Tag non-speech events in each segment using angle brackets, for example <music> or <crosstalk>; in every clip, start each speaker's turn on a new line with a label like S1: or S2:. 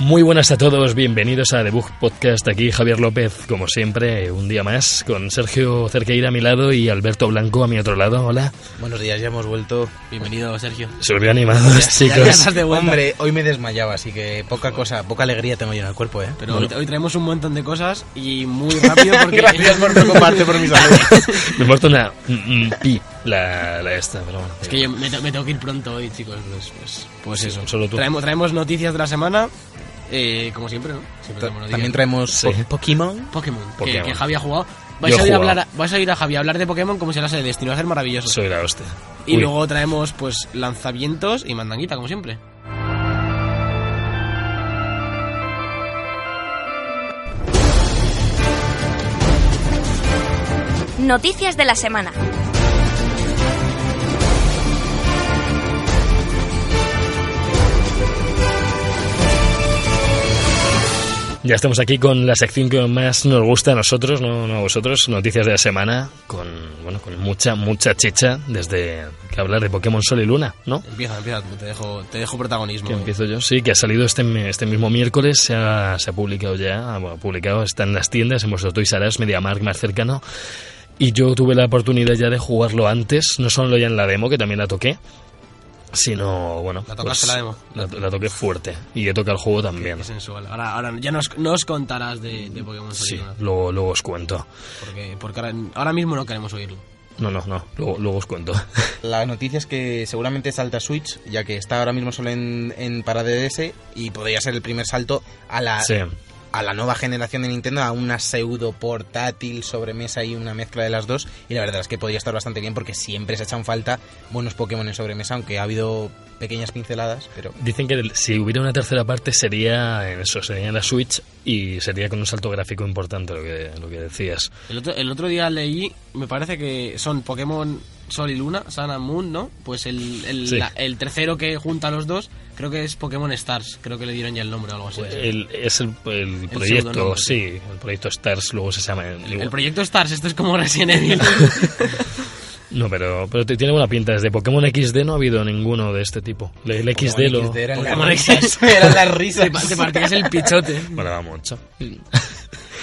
S1: Muy buenas a todos, bienvenidos a Debug Podcast. Aquí Javier López, como siempre, un día más, con Sergio Cerqueira a mi lado y Alberto Blanco a mi otro lado. Hola.
S2: Buenos días, ya hemos vuelto. Bienvenido, Sergio.
S1: Se os veo animados,
S2: Ya- ya estás
S1: <laughs> chicos.
S2: de vuelta.
S3: Hombre, hoy me desmayaba, así que poca cosa, poca alegría tengo yo en el cuerpo, ¿eh?
S2: Pero hoy, hoy traemos un montón de cosas y
S3: <laughs>
S2: muy rápido porque...
S3: Gracias por
S2: <laughs>
S3: preocuparte por mi salud.
S1: Me he muerto una mm, mm, pi, la, la esta, pero bueno.
S2: Es que yo me, te- me tengo que ir pronto hoy, chicos. Pues, pues, pues
S1: Sí,
S2: eso.
S1: solo tú.
S2: Traemos, traemos noticias de la semana, eh, como siempre, ¿no? Siempre traemos noticias.
S3: También traemos
S1: Sí.
S3: po- Pokémon.
S2: Pokémon, que-
S1: Pokémon.
S2: Que, Javi ha jugado. Vais
S1: Yo
S2: a,
S1: he
S2: oír
S1: jugado.
S2: hablar a- vais a oír a Javi a hablar de Pokémon como si hablase de Destino. Va a ser maravilloso.
S1: Soy la hostia.
S2: Y
S1: Uy,
S2: luego traemos, pues, lanzamientos y mandanguita, como siempre.
S4: Noticias de la semana.
S1: Ya estamos aquí con la sección que más nos gusta a nosotros, no, no a vosotros, noticias de la semana, con, bueno, con mucha, mucha chicha, desde que hablar de Pokémon Sol y Luna, ¿no?
S2: Empieza, empieza. tú, Te dejo, te dejo protagonismo.
S1: Que empiezo yo, sí, que ha salido este, mi- este mismo miércoles, se ha, se ha publicado ya, ah, bueno, publicado, está en las tiendas, en vuestro Toys R Us, MediaMarkt más cercano, y yo tuve la oportunidad ya de jugarlo antes, no solo ya en la demo, que también la toqué, sino, bueno... pues
S2: ¿La tocaste la demo?
S1: La, la toqué fuerte, y he tocado el juego también.
S2: Qué sensual. Ahora, ahora ya nos, nos contarás de, de Pokémon Sol y
S1: Sí,
S2: Luna,
S1: luego, luego os cuento.
S2: Porque, porque ahora, ahora mismo no queremos oírlo.
S1: No, no, no, luego, luego os cuento.
S3: La noticia es que seguramente salta Switch, ya que está ahora mismo solo en, en para DS y podría ser el primer salto a
S2: Ah.
S1: <laughs>
S3: la,
S1: Sí,
S3: a la nueva generación de Nintendo, a una pseudo portátil, sobremesa y una mezcla de las dos. Y la verdad es que podría estar bastante bien porque siempre se echan falta buenos Pokémon en sobremesa, aunque ha habido pequeñas pinceladas, pero...
S1: dicen que el- si hubiera una tercera parte sería en eso, sería en la Switch y sería con un salto gráfico importante lo que, lo que decías.
S2: El otro, el otro día leí, me parece que son Pokémon Sol y Luna, Sun and Moon, ¿no? Pues el, el,
S1: Sí.
S2: la- el tercero que junta los dos, creo que es Pokémon Stars, creo que le dieron ya el nombre o algo así.
S3: Pues, eh,
S1: El, es el, el proyecto,
S2: pseudónimo,
S1: sí, el proyecto Stars luego se llama.
S2: el proyecto Stars, esto es como Resident
S3: <laughs>
S2: Evil.
S1: no, pero, pero te- tiene buena pinta. Desde Pokémon XD no ha habido ninguno de este tipo. El, el XD lo.
S3: XD eran
S2: Pokémon
S3: las
S2: XD.
S3: risas.
S2: <laughs>
S3: Eran las risas.
S2: te, pa- te partías el pichote.
S1: Molaba mucho.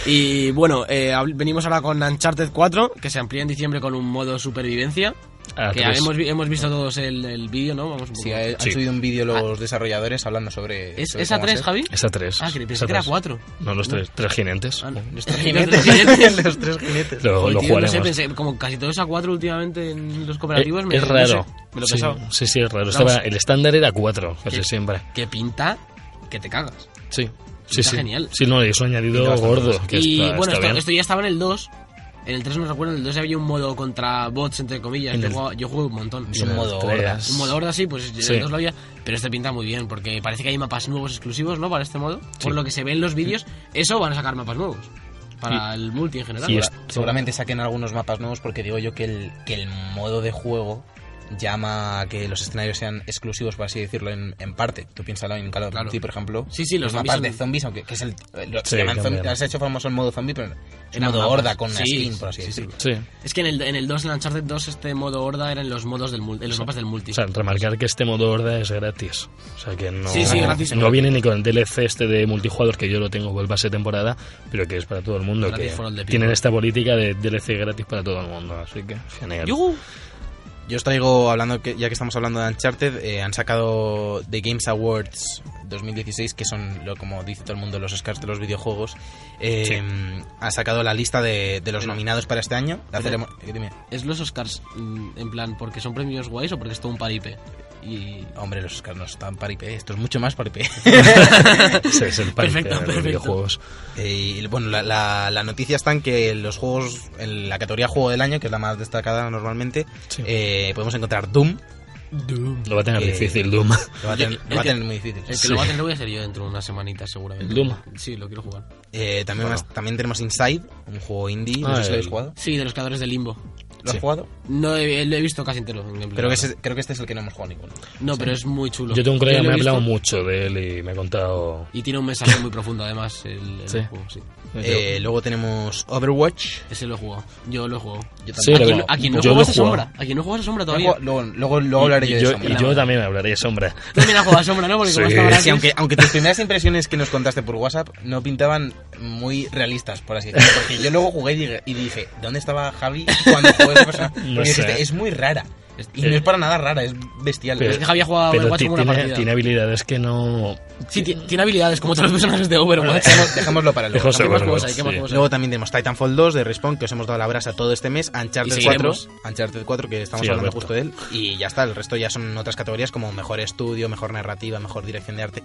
S2: Y bueno, eh, habl- venimos ahora con Uncharted 4, que se amplía en diciembre con un modo supervivencia.
S1: Ah,
S2: que
S1: tres.
S2: hemos, vi- hemos visto todos el, el vídeo, ¿no? Vamos un poco.
S3: Sí, ha- han
S1: Sí.
S3: subido un vídeo los desarrolladores hablando sobre...
S2: ¿Es,
S3: sobre
S2: ¿Es a
S3: cómo va
S2: 3,
S3: ser.
S2: Javi?
S1: Es a tres.
S2: Ah, que pensé
S1: Es a
S2: que era
S1: tres.
S2: cuatro.
S1: No, los tres. Tres jinetes.
S2: Ah, no, los
S3: Los <laughs>
S2: tres <laughs>
S3: jinetes.
S2: jinetes.
S3: Los tres jinetes.
S1: Lo,
S2: Joder,
S1: lo
S2: tío, no sé,
S1: jugaremos.
S2: pensé, como casi todos a cuatro últimamente en los
S1: Eh,
S2: cooperativos. me-
S1: es
S2: no sé,
S1: raro.
S2: me lo
S1: sí,
S2: pensaba.
S1: sí, sí, es raro.
S2: Vamos.
S1: Estaba, el estándar era 4, casi
S2: ¿Qué?
S1: siempre.
S2: Que pinta que te cagas.
S1: Sí. Sí,
S2: Está
S1: sí.
S2: genial.
S1: Sí, no, y eso añadido
S3: bastante
S1: gordo.
S3: bien.
S1: Que
S2: y
S1: está,
S2: bueno,
S1: está
S2: esto,
S1: bien.
S2: esto ya estaba en el 2. En el 3 no recuerdo, en el 2 había un modo contra bots, entre comillas.
S1: En
S2: Yo,
S1: el-
S2: jugaba- yo jugué un montón.
S3: Es un modo
S1: Tres.
S3: horda.
S2: Un modo horda, sí, pues en
S1: Sí.
S2: el 2 lo había. Pero este pinta muy bien, porque parece que hay mapas nuevos exclusivos, ¿no? Para este modo.
S1: Sí.
S2: Por lo que se ve en los vídeos, eso van a sacar mapas nuevos. Para el multi en general.
S1: y
S2: Ahora,
S1: es-
S3: Seguramente saquen algunos mapas nuevos porque digo yo que el, que el modo de juego llama a que los escenarios sean exclusivos, por así decirlo, en, en parte. Tú piénsalo en Call of
S2: Claro.
S3: Duty, por ejemplo.
S2: Sí, sí, los
S3: mapas
S2: zombies
S3: de
S2: son-
S3: zombies, aunque que es el... eh, lo-
S1: Sí,
S3: se llaman
S1: cambian.
S3: zombies, has hecho famoso el modo zombie, pero es
S2: Era
S3: modo
S2: mapas.
S3: horda con una
S2: Sí,
S3: skin, por así
S2: sí, sí.
S3: decirlo.
S1: Sí.
S2: Es que en el, en el 2, en el Uncharted 2, este modo horda eran los modos del mul- en los mapas del multi.
S1: O sea, remarcar que este modo horda es gratis. O sea, que no,
S2: Sí, sí, gratis.
S1: no viene ni con el DLC este de multijugador que yo lo tengo con el base de temporada, pero que es para todo el mundo.
S2: Gratis
S1: Que
S2: for all the people.
S1: tienen esta política de DLC gratis para todo el mundo, así que genial. <laughs>
S2: Yuhu.
S3: Yo os traigo, hablando que, ya que estamos hablando de Uncharted, eh, han sacado The Games Awards 2016, que son, lo, como dice todo el mundo, los Oscars de los videojuegos. Eh,
S1: Sí.
S3: Ha sacado la lista de, de los nominados para este año. La
S2: Pero-
S3: ceremo- eh, dime.
S2: ¿Es los Oscars mm, en plan porque son premios guays o porque es todo un paripe? Y...
S3: Hombre, los Oscars no están paripé, E, esto es mucho más paripé.
S1: Sí, es el parque
S2: Perfecto,
S1: de los
S2: perfecto.
S1: videojuegos.
S3: <laughs> Eh, y bueno, la, la- la noticia está en que los juegos, en la categoría Juego del Año, que es la más destacada normalmente,
S1: Sí.
S3: eh, podemos encontrar Doom,
S2: Doom.
S1: Lo va a tener
S3: Eh,
S1: difícil, Doom.
S3: Lo va a tener, lo va a tener muy difícil.
S2: El que lo va a tener voy a ser yo dentro de una semanita seguramente.
S1: El Doom.
S2: Sí, lo quiero jugar.
S3: Eh, también,
S1: Bueno.
S3: más- también tenemos Inside, un juego indie. No
S1: Ah,
S3: sé si lo
S1: el-
S3: habéis jugado.
S2: Sí, de los creadores de Limbo.
S3: ¿Lo has
S1: Sí.
S3: jugado?
S2: No he, eh, lo he visto casi entero en gameplay.
S3: Creo que, ese- creo que este es el que no hemos jugado ninguno.
S2: No, pero es muy chulo.
S1: Yo tengo un colega
S2: Yo
S1: que
S2: lo
S1: me ha
S2: he
S1: hablado
S2: visto
S1: mucho de él y me ha contado.
S2: Y tiene un mensaje muy profundo además el, el
S1: Sí.
S2: juego, sí.
S3: Eh, luego tenemos Overwatch.
S2: Ese lo he jugado. Yo lo he jugado.
S3: Yo
S1: Sí, lo
S3: también. Ah,
S1: he
S2: Aquí,
S1: jugado.
S2: aquí no
S1: Yo lo
S2: juegas
S1: he
S2: a
S1: jugado.
S2: sombra. Aquí no juegas a sombra todavía.
S3: Luego, luego, luego- luego hablaré
S1: Y
S3: yo de
S1: yo,
S3: Sombra.
S1: y yo también hablaré de sombra.
S2: Tú También has jugado a sombra, ¿no? Porque como
S1: Sí.
S2: está
S3: Ahora
S2: gratis- eh,
S3: sí, aunque, aunque tus primeras impresiones que nos contaste por WhatsApp no pintaban muy realistas, por así decirlo. Porque yo luego jugué y dije, y dije, ¿dónde estaba Javi cuando jugué esa persona? Porque
S1: No sé.
S3: dijiste, es muy rara. Y
S1: Eh,
S3: no es para nada rara, es bestial.
S1: Pero-
S2: Es que Javi ha jugado a
S1: pero
S2: Overwatch
S1: ti-
S2: como una
S1: tiene,
S2: partida.
S1: tiene habilidades que no.
S2: Sí, ti- tiene habilidades como todos los
S1: <laughs>
S2: personajes de Overwatch.
S3: Dejamos- Dejémoslo para luego.
S1: Dejamos-
S2: ¿Qué más
S1: Overwatch,
S2: juegos hay? ¿Qué más
S1: sí.
S2: juegos hay?
S3: Luego también tenemos Titanfall 2 de Respawn, que os hemos dado la brasa todo este mes,
S2: Y
S3: Uncharted 4,
S2: seguiremos.
S3: Uncharted 4, que estamos
S1: Sí,
S3: hablando
S1: Alberto.
S3: justo de él, y ya está, el resto ya son otras categorías como mejor estudio, mejor narrativa, mejor dirección de arte.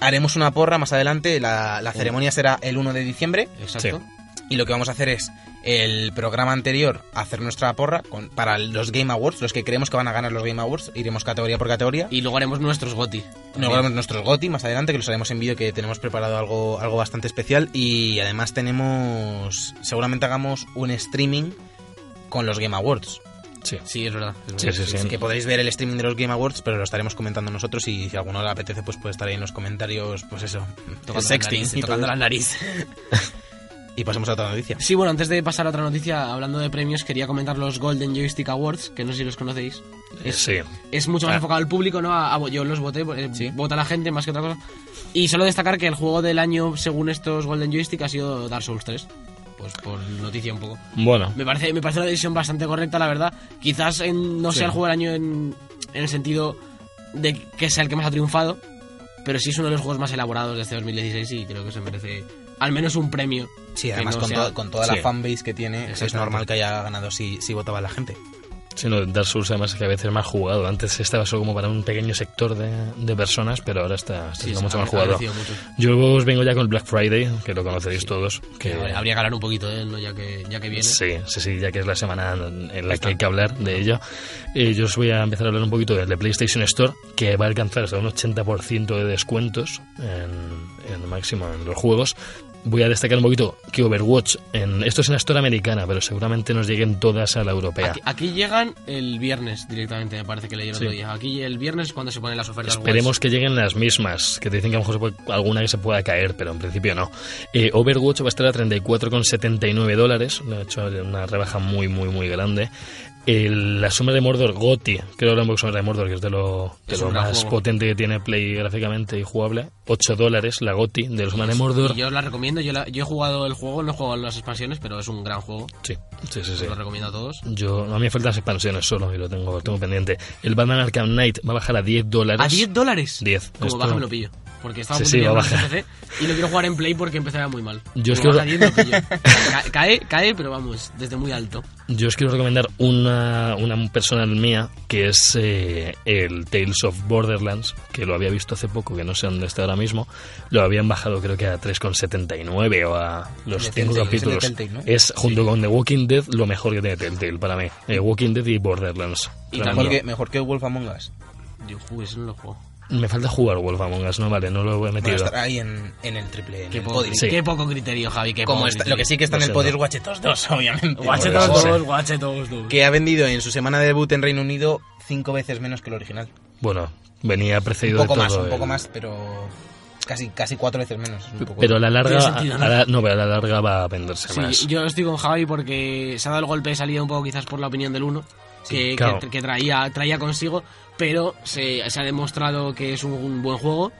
S3: Haremos una porra más adelante, la, la ceremonia será el 1 de diciembre,
S2: Exacto.
S1: Sí.
S3: y lo que vamos a hacer es el programa anterior hacer nuestra porra con- para los Game Awards, los que creemos que van a ganar los Game Awards, iremos categoría por categoría.
S2: Y luego haremos nuestros GOTI.
S3: Luego haremos nuestros GOTI más adelante, que los haremos en vídeo, que tenemos preparado algo, algo bastante especial. Y además tenemos... Seguramente hagamos un streaming con los Game Awards.
S1: Sí.
S2: Sí, es verdad. es
S1: Sí,
S2: verdad.
S1: sí, sí.
S3: Que podréis ver el streaming de los Game Awards, pero lo estaremos comentando nosotros. Y si a alguno le apetece, pues puede estar ahí en los comentarios, pues eso.
S2: Tocando
S3: sexting
S2: la nariz,
S3: y todo
S2: tocando la
S3: eso.
S2: nariz.
S3: <laughs> Y pasemos a otra noticia.
S2: Sí, bueno, antes de pasar a otra noticia, hablando de premios, quería comentar los Golden Joystick Awards, que no sé si los conocéis.
S1: Eh,
S2: Es,
S1: sí.
S2: es mucho más
S1: Ah.
S2: enfocado al público, ¿no? A- a- yo los voté, eh, vota la gente más que otra cosa. Y solo destacar que el juego del año, según estos Golden Joystick, ha sido Dark Souls 3. Pues por noticia un poco.
S1: Bueno,
S2: Me parece, me parece una decisión bastante correcta, la verdad. Quizás en- no
S3: Sí.
S2: sea el juego del año en, en el sentido de que sea el que más ha triunfado, pero sí es uno de los juegos más elaborados de este 2016 y creo que se merece al menos un premio.
S3: Sí,
S2: que
S3: además
S2: no
S3: con,
S2: sea-
S3: to- con toda la
S1: Sí.
S3: fanbase que tiene, es
S2: Exactamente.
S3: normal que haya ganado si, si votaba la gente.
S1: sino Dark Souls además que a veces es más jugado. Antes estaba solo como para un pequeño sector de, de personas, pero ahora está, está
S2: Sí,
S1: siendo
S2: se
S1: mucho
S2: ha-
S1: más
S2: ha
S1: jugado.
S2: merecido mucho.
S1: Yo os vengo ya con el Black Friday, que lo conoceréis todos.
S2: Que
S1: Que,
S2: habría que hablar un poquito de él, ¿no? ya, que, ya que viene.
S1: Sí, sí, sí, ya que es la semana en la que hay que hablar de ello. Eh, yo os voy a empezar a hablar un poquito del de PlayStation Store, que va a alcanzar hasta un 80% de descuentos en, en máximo en los juegos. Voy a destacar un poquito que Overwatch, en, esto es en la Store americana, pero seguramente nos lleguen todas a la europea.
S2: Aquí, aquí llegan el viernes directamente, me parece que leí el otro
S1: Sí.
S2: día. Aquí el viernes es cuando se ponen las ofertas.
S1: Esperemos que lleguen las mismas, que te dicen que a lo mejor se puede- alguna que se pueda caer, pero en principio no. Eh, Overwatch va a estar a 34,79 dólares, le ha hecho una rebaja muy, muy, muy grande. El- la sombra de Mordor, Goti, creo que la sombra de Mordor, que es de lo, de
S2: Es
S1: lo
S2: un gran
S1: más
S2: juego.
S1: potente que tiene Play gráficamente y jugable. 8 dólares, la Goti, de la sombra de Mordor.
S2: Y yo os la recomiendo, yo, la- yo he jugado el juego, no he jugado las expansiones, pero es un gran juego.
S1: Sí, sí, sí. sí.
S2: Os lo recomiendo a todos.
S1: Yo, a mí me faltan las expansiones solo y lo tengo, lo tengo pendiente. El Batman Arkham Knight va a bajar a 10 dólares.
S2: ¿A 10 dólares?
S1: 10.
S2: Como
S1: Esto-
S2: baja me lo pillo. Porque estaba
S1: Sí,
S2: a punto
S1: sí,
S2: de
S1: va a
S2: pillarlo en
S1: bajar.
S2: PC y no quiero jugar en Play porque empezaba muy mal.
S1: Yo es
S2: Como
S1: que-
S2: baja a 10 lo pillo. Ca-
S1: <laughs>
S2: cae, cae, pero vamos, desde muy alto.
S1: Yo os quiero recomendar una, una personal mía que es eh, el Tales of Borderlands, que lo había visto hace poco, que no sé dónde está ahora mismo. Lo habían bajado creo que a 3,79 o a los
S3: El
S1: 5
S3: Telltale,
S1: capítulos.
S3: es el de Telltale, ¿no?
S1: Es junto con The Walking Dead lo mejor que tiene Telltale para mí. Eh, Walking Dead y Borderlands.
S2: Y
S1: Tremendo.
S3: Mejor que, mejor que Wolf Among Us.
S2: Yo jugué, eso no lo juego.
S1: Me falta jugar Wolf Among Us, no vale, no lo he
S3: Bueno,
S1: metido.
S3: estará ahí en, en el triple, en
S2: Qué
S3: el
S2: poco,
S3: podium.
S1: Eh, Sí.
S2: qué poco criterio, Javi. Qué
S3: Como
S2: poco
S3: está- lo
S2: criterio.
S3: que sí que está en el
S1: Lo
S3: podio es
S1: siento.
S3: Guachetos 2, obviamente.
S2: Guache
S1: Bueno,
S2: todos
S1: sí.
S2: dos, guache todos dos.
S3: Que ha vendido en su semana de debut en Reino Unido cinco veces menos que el original.
S1: Bueno, venía
S3: Un
S1: precedido
S3: poco
S1: de
S3: más,
S1: todo eh.
S3: un poco
S1: el-
S3: más, pero casi, casi cuatro veces menos. es un poco-
S1: Pero a la larga,
S2: Tiene sentido, ¿no?
S1: a la- no, pero a la larga va a venderse
S2: Sí,
S1: más.
S2: yo estoy con Javi porque se ha dado el golpe de salida un poco quizás por la opinión del uno que,
S1: claro.
S2: que- que traía, traía consigo, pero se, se ha demostrado que es un, buen juego,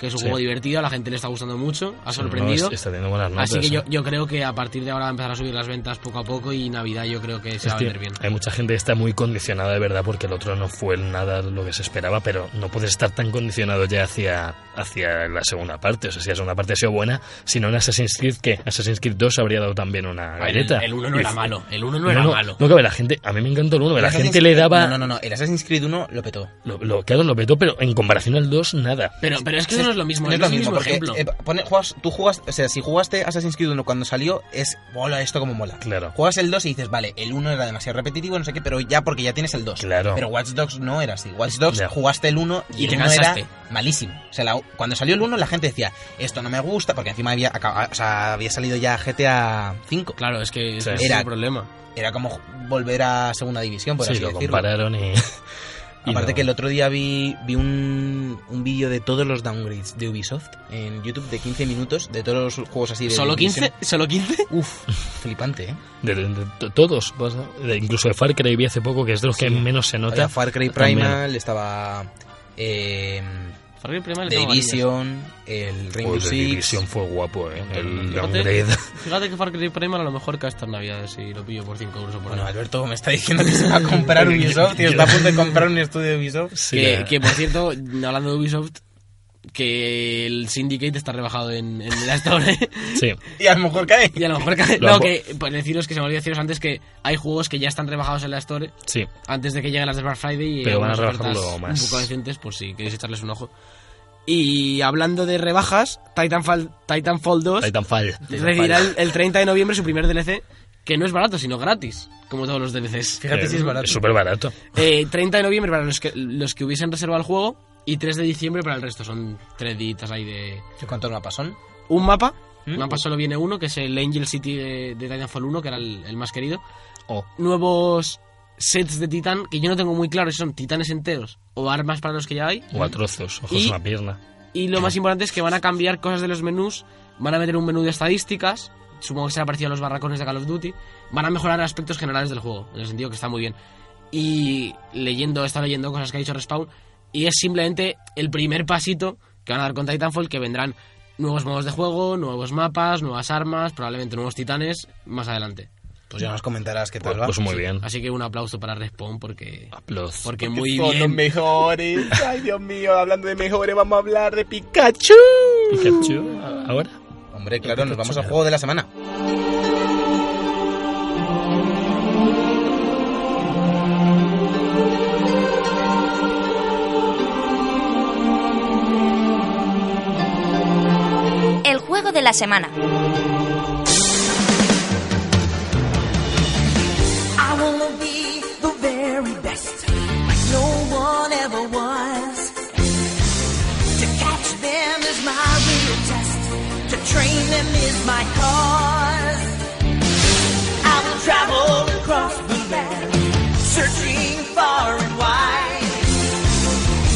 S2: que es un
S1: Sí.
S2: juego divertido, a la gente le está gustando mucho, ha
S1: No,
S2: sorprendido.
S1: es- está teniendo buenas notas.
S2: Así que
S1: ¿eh?
S2: yo, yo creo que a partir de ahora va a empezar a subir las ventas poco a poco y Navidad yo creo que se
S1: Es
S2: va a
S1: que
S2: vender bien.
S1: Hay mucha gente que está muy condicionada de verdad porque el otro no fue nada lo que se esperaba, pero no puedes estar tan condicionado ya hacia, hacia la segunda parte. O sea, si la segunda parte ha sido buena, si no en Assassin's Creed, ¿qué? Assassin's Creed 2 habría dado también una
S2: El,
S1: galleta.
S2: 1 no
S1: Y-
S2: era malo, el 1 no, era malo.
S1: No, que la gente, a mí me encantó el 1,
S3: El
S1: la
S3: Assassin's
S1: gente le
S3: Creed-
S1: daba.
S3: No, no, no, el Assassin's Creed 1 lo petó.
S1: Lo, lo- claro, lo petó, pero en comparación al 2, nada.
S2: Pero, pero es que
S3: Sí,
S2: eso no es lo mismo.
S3: No es lo mismo,
S2: mismo
S3: porque
S2: ejemplo.
S3: eh, pone- juegas- tú jugas, o sea, si jugaste Assassin's Creed 1 cuando salió, es, mola esto como mola.
S1: Claro.
S3: Juegas el 2 y dices, vale, el 1 era demasiado repetitivo, no sé qué, pero ya porque ya tienes el 2.
S1: Claro.
S3: Pero Watch Dogs no era así. Watch Dogs
S1: Ya.
S3: jugaste el 1 y,
S2: Y
S3: el
S2: te
S3: 1 era
S2: cansaste.
S3: malísimo. O sea, la- cuando salió el 1 la gente decía, esto no me gusta, porque encima había, acaba- o sea, había salido ya GTA 5.
S2: Claro, es que
S1: Sí.
S2: ese es
S3: Era-
S2: el problema.
S3: Era como volver a segunda división, por
S1: sí,
S3: así
S1: lo
S3: decirlo.
S1: compararon y... y
S3: Aparte
S1: no.
S3: que el otro día vi, vi un, un vídeo de todos los downgrades de Ubisoft en YouTube de 15 minutos, de todos los juegos así de...
S2: ¿Solo
S3: Division.
S2: 15? ¿Solo 15?
S3: Uf, <laughs> flipante, ¿eh?
S1: De, de- de- to- todos, pues, de- incluso de Far Cry vi hace poco, que es de los que menos se nota.
S3: Había Far Cry
S1: También.
S3: Primal, estaba... eh,
S2: Far Cry Primal
S3: The
S2: le tengo ganas.
S3: Division, el Rainbow
S1: Joder,
S3: Six...
S1: Division Pues fue guapo, ¿eh? El
S2: Fíjate.
S1: downgrade.
S2: Fíjate que Far Cry Primal a lo mejor cae estas navidades y lo pillo por 5 euros o por
S3: Bueno,
S2: ahí.
S3: Alberto me está diciendo que se va a comprar Ubisoft, tío. Está a punto de comprar un estudio de Ubisoft.
S1: <laughs> Sí,
S2: Que,
S1: la-
S2: que, por cierto, hablando de Ubisoft, que el Syndicate está rebajado en, en la Store. ¿eh?
S1: sí.
S3: Y a lo mejor cae.
S2: <laughs> y a lo mejor cae-
S1: Lo
S2: No,
S1: han-
S2: que pues deciros que se me olvidó deciros antes que hay juegos que ya están rebajados en la Store
S1: sí.
S2: antes de que lleguen las de Black Friday y
S1: Pero van a
S2: algunas
S1: rebajarlo
S2: ofertas
S1: más.
S2: un poco decentes, pues si queréis echarles un ojo. Y hablando de rebajas, Titanfall, Titanfall 2
S1: Titanfall.
S2: recibirá el, el 30 de noviembre su primer DLC, que no es barato, sino gratis, como todos los
S1: Eh,
S2: DLCs.
S3: Fíjate si es barato.
S1: Súper barato.
S2: Eh, 30 de noviembre para los que, los que hubiesen reservado el juego y 3 de diciembre para el resto. Son tres días ahí de...
S3: ¿Cuántos mapas son?
S2: Un mapa,
S3: ¿Mm?
S2: mapa solo viene uno, que es el Angel City de, de Titanfall 1, que era el, el más querido.
S1: Oh.
S3: Mm.
S2: Nuevos sets de titán, que yo no tengo muy claro si son titanes enteros o armas para los que ya hay.
S1: O a trozos, ojos
S2: Y-
S1: una pierna.
S2: Y lo más importante es que van a cambiar cosas de los menús, van a meter un menú de estadísticas, supongo que será parecido a los barracones de Call of Duty, van a mejorar aspectos generales del juego, en el sentido que está muy bien. Y leyendo, está leyendo cosas que ha dicho Respawn, y es simplemente el primer pasito que van a dar con Titanfall, que vendrán nuevos modos de juego, nuevos mapas, nuevas armas, probablemente nuevos titanes, más adelante.
S3: Pues ya nos comentarás qué
S1: Pues,
S3: tal va.
S1: pues muy bien.
S2: Así que un aplauso para Respawn porque...
S1: Aplausos.
S2: Porque
S3: Que
S2: muy
S3: son los
S2: bien.
S3: mejores. Ay, Dios mío, hablando de mejores, vamos a hablar de Pikachu.
S1: Pikachu, ahora.
S3: Hombre, claro, nos vamos al
S1: Pikachu.
S3: juego de la semana.
S4: El juego de la semana.
S5: I wanna be the very best, like no one ever was. To catch them is my real test, to train them is my cause. I will travel across the land, searching far and wide.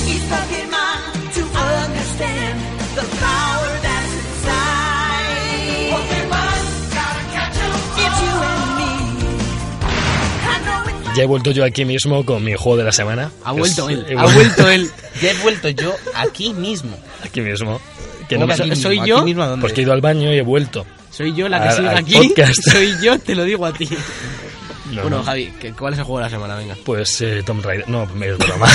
S5: Each Pokemon to understand the power that's inside. Pokemon, gotta catch 'em all. It's you and me. I know it's
S1: Ya he vuelto yo aquí mismo con mi juego de la semana.
S2: Ha
S1: Es-
S2: vuelto
S1: he
S2: él, ha vuelto él.
S3: Ya he vuelto yo aquí mismo.
S1: <laughs> Aquí mismo. Que
S3: ¿Cómo
S1: no me
S3: que
S1: sa-
S3: aquí
S1: Pues
S3: mismo?
S2: soy
S3: ¿Aquí
S2: yo?
S3: mismo a dónde?
S1: Porque he
S3: <laughs>
S1: ido al baño y he vuelto.
S2: Soy yo la que
S1: Al-
S2: sigue
S1: al
S2: aquí,
S1: podcast.
S2: <laughs> soy yo, te lo digo a ti.
S1: No,
S2: bueno,
S1: no.
S2: Javi, ¿qué- ¿cuál es el juego de la semana?
S1: <laughs>
S2: Venga.
S1: Pues eh, Tom Raider. No, me es
S3: <laughs>
S1: broma.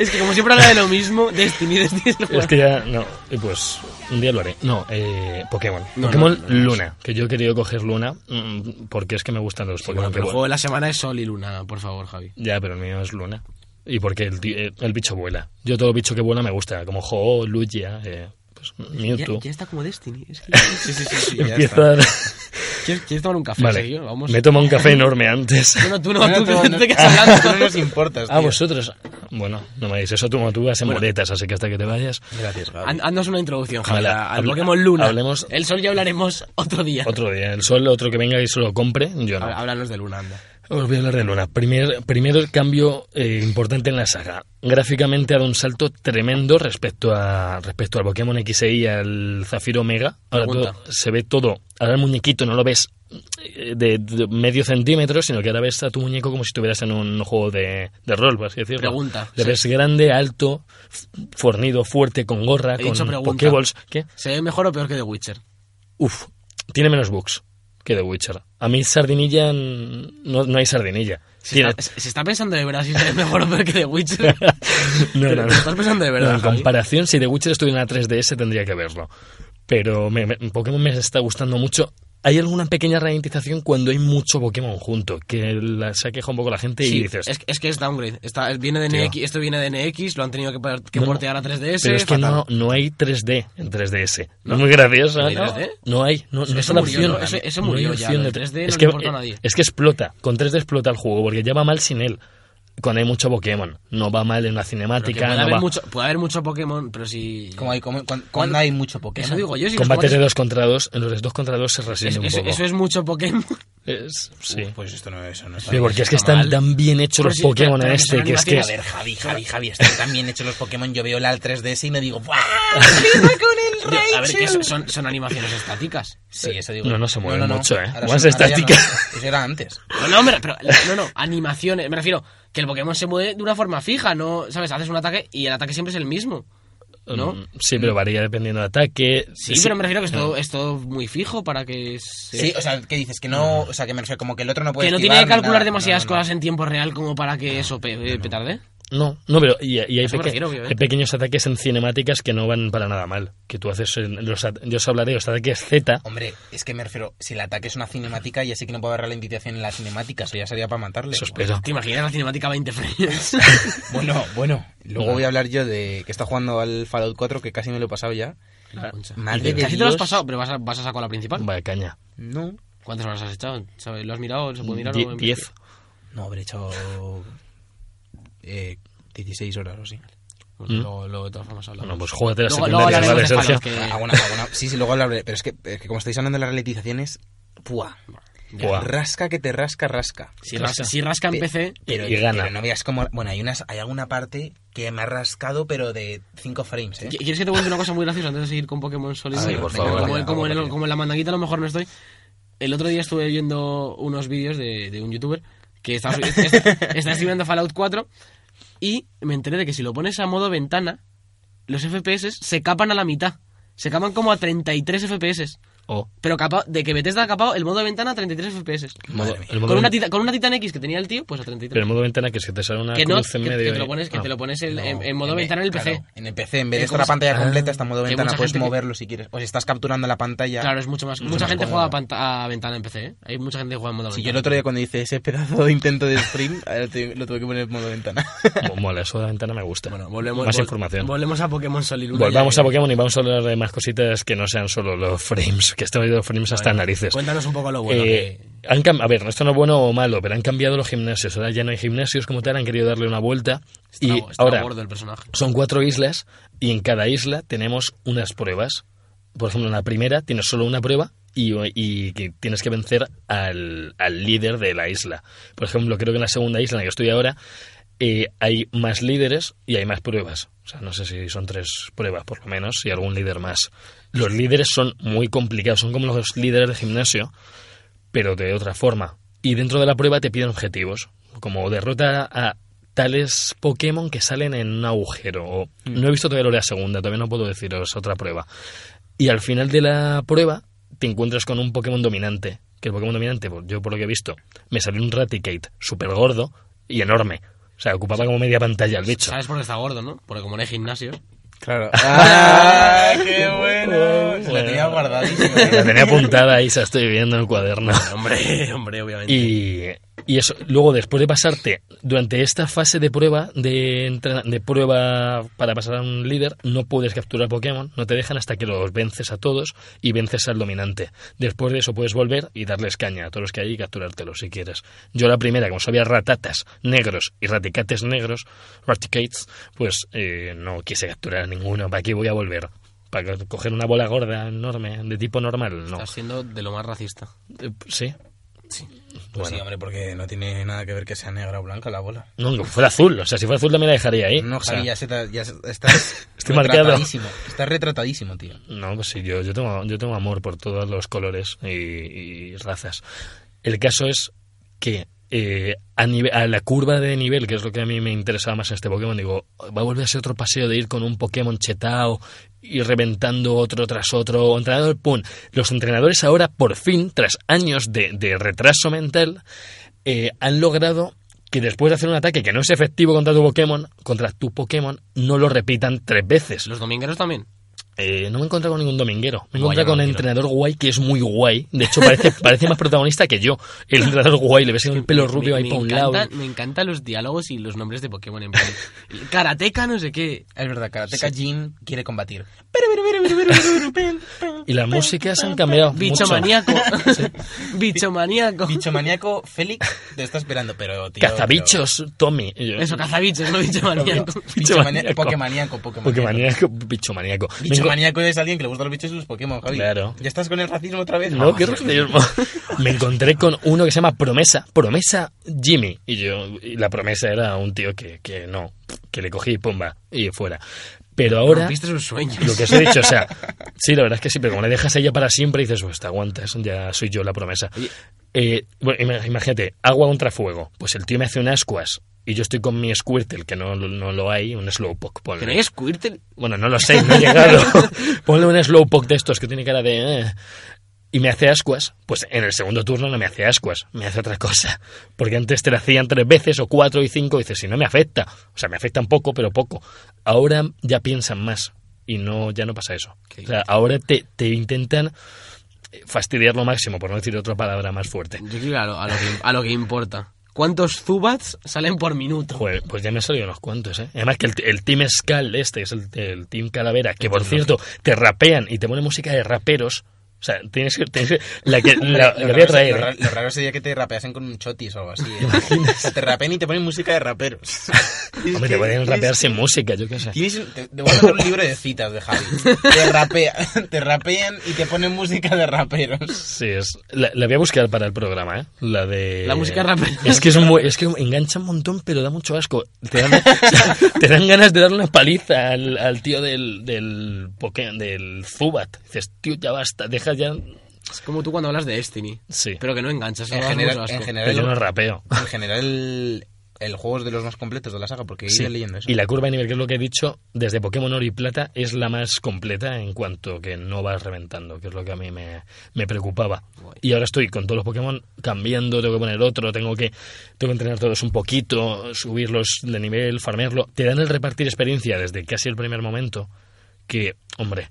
S2: es que como siempre habla de lo mismo, Destiny, <laughs> Destiny es el juego.
S1: es que ya. No, y pues un día lo haré. No, eh, Pokémon.
S2: No,
S1: Pokémon
S2: no, no, no.
S1: Luna. Que yo he querido coger Luna mm, porque es que me gustan los
S2: Bueno,
S1: Pokémon.
S2: pero el
S1: que
S2: juego
S1: vuelan.
S2: de la semana es Sol y Luna, por favor,
S1: <laughs>
S2: Javi.
S1: Ya, pero el mío es Luna. Y porque el, ti- eh, el bicho vuela. Yo todo bicho que vuela me gusta. Como Ho, Lugia, eh, pues, Mewtwo.
S2: está como Destiny. Es que...
S3: Sí, sí, sí. sí ya
S1: Empiezo a...
S2: <laughs> ¿Quieres, quieres tomar un café,
S1: <laughs> Vale.
S2: Sergio? Vamos.
S1: Me he tomado un café
S2: <laughs>
S1: enorme antes.
S2: No,
S1: <laughs>
S2: no, tú no,
S3: está.
S2: tú
S3: Bueno,
S2: que
S3: no,
S2: te quedas hablando.
S3: tú no nos importas,
S1: Ah,
S3: tío.
S1: vosotros. Bueno, no me digáis eso. Tú, como tú vas en
S2: Bueno.
S1: muletas, así que hasta que te vayas.
S3: Gracias, Gaby.
S2: Hand- Haznos una introducción, Javi,
S1: Vale,
S2: a- al
S1: habla-
S2: Pokémon Luna.
S1: hablemos-
S2: El Sol ya hablaremos otro día.
S1: Otro día. El sol, otro que venga y se lo compre. Yo no.
S2: Há- Háblanos de Luna, anda.
S1: Os voy a hablar de Luna. Primer, primer cambio eh, importante en la saga. Gráficamente ha dado un salto tremendo respecto a respecto al Pokémon X E y al Zafiro Omega. Ahora
S2: Pregunta.
S1: todo- se ve todo. Ahora el muñequito no lo ves eh, de, de medio centímetro, sino que ahora ves a tu muñeco como si estuvieras en un juego de, de rol, por así decirlo.
S2: Pregunta.
S1: Le ves grande, alto, f- fornido, fuerte, con gorra,
S2: He
S1: con
S2: dicho pregunta.
S1: Pokéballs. ¿Qué?
S2: ¿Se ve mejor o peor que The Witcher?
S1: Uf, tiene menos bugs que The Witcher. A mí sardinilla n- no, no hay sardinilla.
S2: ¿Se,
S1: Tiene-
S2: está, se- se está pensando de verdad si se ve mejor o peor que The
S1: <laughs>
S2: Witcher?
S1: no, no,
S2: ¿Te estás
S1: no.
S2: pensando de verdad,
S1: No, en
S2: Javi?
S1: comparación, si The Witcher estuviera en la 3DS tendría que verlo. Pero me- me- Pokémon me está gustando mucho. hay alguna pequeña ralentización cuando hay mucho Pokémon junto, que la, se queja un poco la gente
S2: Sí,
S1: y dices...
S2: es, es que es downgrade. Está, viene de
S3: Tío.
S2: NX, esto viene de NX, lo han tenido que, par- que
S1: No.
S2: portear a 3DS.
S1: Pero es que
S2: fatal.
S1: no, no hay 3D en 3DS. No, es muy gracioso.
S2: ¿No
S1: ¿no?
S2: hay 3D?
S1: No hay, no, no
S2: Eso
S1: está la
S2: murió,
S1: opción.
S2: ¿no? Eso- eso
S1: No hay
S2: murió ya,
S1: opción
S2: lo
S1: de
S2: de 3D
S1: 3D.
S2: no
S1: Es
S2: le
S1: que, eh,
S2: importa a nadie.
S1: es que explota. Con 3D explota el juego porque ya va mal sin él. Cuando hay mucho Pokémon. No va mal en la
S2: Porque
S1: cinemática.
S2: puede,
S1: no
S2: haber
S1: va-
S2: mucho, puede haber mucho Pokémon, pero si.
S3: Como hay, como, cuan- cuando, hay mucho Pokémon.
S2: Eso digo yo, si los
S1: Combates de
S2: combates-
S1: dos contra dos. En los de dos contra dos se resiente
S2: eso,
S1: un
S2: eso-
S1: poco.
S2: eso es mucho Pokémon.
S1: Es- sí.
S3: Pues esto no, eso no está
S1: Sí, porque es que
S2: está
S1: están
S2: mal.
S1: tan bien hechos
S2: Pero
S1: los
S2: sí, pero-
S1: Pokémon en
S2: pero que
S1: este
S2: son
S1: que es que
S3: A
S2: animaciones.
S1: es-
S3: ver, Javi, Javi, Javi, están tan bien hechos los Pokémon. Yo veo la 3DS y me digo,
S1: <laughs>
S3: ¡buah! ¡Mira con el Raichu!
S2: A ver, que son- son, son animaciones estáticas.
S3: Sí, eso digo.
S1: No,
S3: yo.
S1: no se mueve mucho, ¿eh?
S3: Ahora
S1: Más
S3: son- ahora ya
S1: estática.
S3: no. Eso era antes.
S2: No, no, me re- pero, no, no, animaciones. Me refiero que el Pokémon se mueve de una forma fija, ¿no? ¿Sabes? Haces un ataque y el ataque siempre es el mismo. ¿No?
S1: Mm, Sí, pero varía dependiendo del ataque.
S2: Sí, pero me refiero que es todo, es todo muy fijo para que. se-
S3: Sí, o sea, ¿qué dices? Que no. O sea, que me refiero como que el otro no puede.
S2: que no
S3: esquivar
S2: tiene que
S3: ni nada.
S2: calcular demasiadas
S3: No, no, no.
S2: cosas en tiempo real como para que eso pe- eh, petarde.
S1: No, no, pero y, y hay,
S2: eso me
S1: peque-
S2: refiero, obviamente.
S1: hay pequeños ataques en cinemáticas que no van para nada mal. Que tú haces. en los at- yo os hablaré de los ataques Z.
S3: Hombre, es que me refiero. Si el ataque es una cinemática, ya sé que no puede haber ralentización en la cinemática. Eso ya sería para matarle.
S1: Eso espero.
S2: ¿Te imaginas la cinemática 20
S1: <laughs>
S2: frames?
S3: Bueno, bueno. Luego voy a hablar yo de que está jugando al Fallout 4, que casi me lo he pasado ya.
S2: La concha.
S3: Madre de
S2: Casi te lo has
S3: Dios.
S2: pasado, pero vas a, vas a sacar la principal.
S1: Vaya caña.
S3: No.
S2: ¿Cuántas horas has echado? ¿Sabes? ¿Lo has mirado? ¿Se puede mirar?
S1: Die-
S2: o no?
S1: diez.
S3: No, habré echado. Eh, 16 horas o así.
S2: Pues luego, luego de todas formas hablamos.
S1: Mm.
S2: Eh,
S1: Bueno, pues júgate las
S2: Luego- luego
S1: secundarias, ¿vale,
S2: hablaremos de
S3: Ah,
S1: Sergio?
S2: Fallout, que-
S3: Alguna, alguna- Sí, sí, luego hablaré. Pero es que, es que como estáis hablando de las ralentizaciones. ¡Pua!
S1: Buah.
S3: Rasca que te rasca, rasca.
S2: Si rasca, si rasca en
S3: Pe-
S2: PC,
S3: Pero,
S1: Y gana.
S3: pero no veas cómo. Bueno, hay, unas, hay alguna parte que me ha rascado, pero de 5 frames, ¿eh?
S2: ¿Qui- ¿Quieres que te cuente una cosa muy graciosa antes de seguir con Pokémon Sol y
S1: Sí,
S2: Luna?
S1: por
S2: Venga,
S1: favor.
S2: Como,
S3: Venga,
S2: como en,
S3: vamos,
S2: el- como en la mandanguita a lo mejor no estoy. El otro día estuve viendo unos vídeos de, de un youtuber que está, <laughs> está streamando Fallout 4 y me enteré de que si lo pones a modo ventana, los FPS se capan a la mitad. Se capan como a 33 FPS.
S1: Oh,
S2: Pero capa- de que Bethesda ha capado el modo ventana a 33 FPS.
S1: modo-
S3: mía.
S1: el modo
S2: Con una,
S1: ven-
S2: tita- con una Titan X que tenía el tío, pues a
S1: pero
S2: 33.
S1: el modo ventana que es que te sale una
S2: Que no,
S1: cruz
S2: que,
S1: en
S2: que
S1: medio.
S2: te lo
S1: y-
S2: pones, que
S1: Ah.
S2: te lo pones el-
S3: No,
S2: en, en modo ventana en el PC.
S3: claro, en el PC, en vez
S2: Eh,
S3: de estar
S2: ¿cómo
S3: la
S2: se-
S3: pantalla
S2: Ah.
S3: completa, está en modo
S2: Que
S3: ventana,
S2: mucha
S3: puedes
S2: gente que-
S3: moverlo si quieres. O si estás capturando la pantalla.
S2: Claro, es mucho más. mucha
S3: más
S2: gente
S3: cómodo.
S2: juega a, panta- a ventana en PC. ¿eh? Hay mucha gente que juega en modo
S3: Si yo el
S2: ventana.
S3: otro día cuando hice ese pedazo de <laughs> intento de stream, ahora te- lo tuve que poner en modo
S1: <laughs>
S3: ventana.
S1: Mo- Mola, eso de la ventana me gusta.
S2: volvemos,
S1: Más
S2: vol-
S1: información.
S2: Volvemos a Pokémon Sol y Luna.
S1: Volvamos
S2: ya
S1: a
S2: que-
S1: Pokémon y vamos a hablar de más cositas que no sean solo los frames, que estoy de los frames hasta narices.
S2: Cuéntanos un poco lo bueno.
S1: Eh, han cam- a ver, esto no es bueno o malo, pero han cambiado los gimnasios. Ahora ya no hay gimnasios como tal, han querido darle una vuelta.
S2: que está,
S1: y
S2: está
S1: ahora
S2: gordo el personaje.
S1: son cuatro islas y en cada isla tenemos unas pruebas. Por ejemplo, en la primera tienes solo una prueba y, y que tienes que vencer al, al líder de la isla. Por ejemplo, creo que en la segunda isla en la que estoy ahora eh, hay más líderes y hay más pruebas. O sea, no sé si son tres pruebas por lo menos y algún líder más. Los líderes son muy complicados, son como los líderes de gimnasio, pero de otra forma. Y dentro de la prueba te piden objetivos, como derrota a tales Pokémon que salen en un agujero. O, no he visto todavía la segunda, todavía no puedo deciros otra prueba. Y al final de la prueba te encuentras con un Pokémon dominante. Que el Pokémon dominante, por- yo por lo que he visto, me salió un Raticate súper gordo y enorme. O sea, ocupaba como media pantalla el bicho.
S2: ¿Sabes por qué está gordo, no? Porque como no hay gimnasios.
S3: Claro. <laughs> ¡Ah! ¡Qué bueno! Pues Se la tenía
S1: Bueno.
S3: guardadísima.
S1: <laughs> La tenía apuntada ahí, se la estoy viendo en el cuaderno.
S2: Hombre, <laughs> hombre, obviamente.
S1: Y, y eso, luego después de pasarte durante esta fase de prueba, de, entra- de prueba para pasar a un líder, no puedes capturar Pokémon, no te dejan hasta que los vences a todos y vences al dominante. Después de eso puedes volver y darles caña a todos los que hay y capturártelos si quieres. Yo la primera, como sabía ratatas negros y raticates negros, raticates, pues eh, no quise capturar a ninguno, ¿para qué voy a volver? ¿Para co- coger una bola gorda enorme, de tipo normal? No.
S2: Estás siendo de lo más racista.
S1: Eh, Sí.
S3: Pues sí, hombre, porque no tiene nada que ver que sea negra o blanca la bola.
S1: No, que fuera azul. O sea, si fuera azul también la dejaría ahí.
S3: No,
S1: O sea,
S3: Javi, ya, se te- ya se- estás
S1: <laughs> Estoy marcado.
S3: retratadísimo. Estás retratadísimo, tío.
S1: No, pues sí, yo, yo, tengo, yo tengo amor por todos los colores y, y razas. El caso es que eh, a, nive- a la curva de nivel, que es lo que a mí me interesaba más en este Pokémon, digo, va a volver a ser otro paseo de ir con un Pokémon chetao y reventando otro tras otro. o Entrenador, pum. Los entrenadores ahora, por fin, tras años de, de retraso mental, eh, han logrado que después de hacer un ataque que no es efectivo contra tu Pokémon, contra tu Pokémon, no lo repitan tres veces.
S2: Los domingueros también.
S1: eh, no me encontré con ningún dominguero. Me encontré
S2: Vaya
S1: con un
S2: dominguero.
S1: entrenador guay que es muy guay. De
S2: <laughs>
S1: hecho, parece, parece más protagonista que yo. El entrenador guay, le ves el pelo rubio ahí
S2: me,
S1: para un lado.
S2: encantan, me encantan los diálogos y los nombres de Pokémon en plan. Karateka, no sé qué.
S3: Es verdad, Karateka Jin quiere combatir.
S1: Y las músicas han cambiado.
S2: Bicho
S1: mucho.
S2: maníaco. <laughs> Bicho maníaco.
S3: Bicho maníaco, Félix, te está esperando, pero tío.
S1: Cazabichos, Tommy. Y yo-
S2: Eso, cazabichos, no bicho <laughs> maníaco.
S3: pero- Bicho maníaco.
S1: maníaco.
S3: Pokémaníaco, Pokémaníaco.
S1: Porque maníaco, bicho maníaco. Me
S3: Bicho
S1: enco-
S3: maníaco es alguien que le gustan los bichos y los Pokémon, Javi.
S1: Claro.
S3: ¿Ya estás con el racismo otra vez?
S1: No,
S2: <laughs>
S1: qué racismo. Me encontré con uno que se llama Promesa, Promesa Jimmy. Y yo, y la promesa era un tío que, que no, que le cogí y pumba, y fuera. Pero ahora,
S2: Rompiste sus sueños.
S1: <laughs> lo que os he dicho, o sea, sí, la verdad es que sí, pero como le dejas a ella para siempre, dices, pues te aguantas, ya soy yo la promesa. Eh, bueno, ima- imagínate, agua contra fuego. Pues el tío me hace unas ascuas y yo estoy con mi Squirtle, que no, no lo hay, un Slowpoke. ponle.
S2: Que no hay Squirtle.
S1: Bueno, no lo sé, no he llegado. Ponle un slowpoke de estos que tiene cara de... eh, y me hace ascuas. Pues en el segundo turno no me hace ascuas, me hace otra cosa. Porque antes te la hacían tres veces o cuatro y cinco. Y dices, si no me afecta. O sea, me afectan poco, pero poco. Ahora ya piensan más. Y no ya no pasa eso.
S2: Qué
S1: O sea, ahora te, te intentan fastidiar lo máximo, por no decir otra palabra más fuerte.
S2: Yo quiero ir a lo, a lo que, a lo que importa. ¿Cuántos Zubats salen por minuto?
S1: Joder, pues ya me han salido unos cuantos, ¿eh? Además que el, el Team Skull este, es el, el Team Calavera, que por cierto, te rapean y te pone música de raperos. O sea, tienes que... tienes que- la que la, la voy a
S3: Lo raro se-
S1: traer,
S3: Lo,
S1: ¿eh?
S3: ra- lo raro sería que te rapeasen con un chotis o algo así. ¿eh? O te rapean y te ponen música de raperos.
S1: Hombre, te pueden rapear sin música, yo qué sé.
S3: Tienes, te, te voy a hacer un libro de citas de Javi. Te, rapean, <laughs> te rapean y te ponen música de raperos.
S1: Sí, es, la, la voy a buscar para el programa, ¿eh? La de...
S2: La música rapera.
S1: Es que, es, un, bu- es que engancha un montón, pero da mucho asco. Te dan, <laughs> o sea, te dan ganas de darle una paliza al, al tío del, del, Poké- del Zubat. Dices, tío, ya basta, deja ya...
S2: Es como tú cuando hablas de Destiny.
S1: Sí, pero,
S2: Pero que no enganchas. solo
S3: En
S2: das
S3: general,
S2: mucho
S3: en
S2: asco.
S3: general,
S1: yo no rapeo.
S3: en general, el, el juego es de los más completos de la saga porque he
S1: Sí,
S3: ido leyendo eso.
S1: Y la curva de nivel, que es lo que he dicho, desde Pokémon Oro y Plata es la más completa en cuanto que no vas reventando, que es lo que a mí me, me preocupaba. Y ahora estoy con todos los Pokémon cambiando, tengo que poner otro, tengo que, tengo que entrenar todos un poquito, subirlos de nivel, farmearlo. Te dan el repartir experiencia desde casi el primer momento, que, hombre,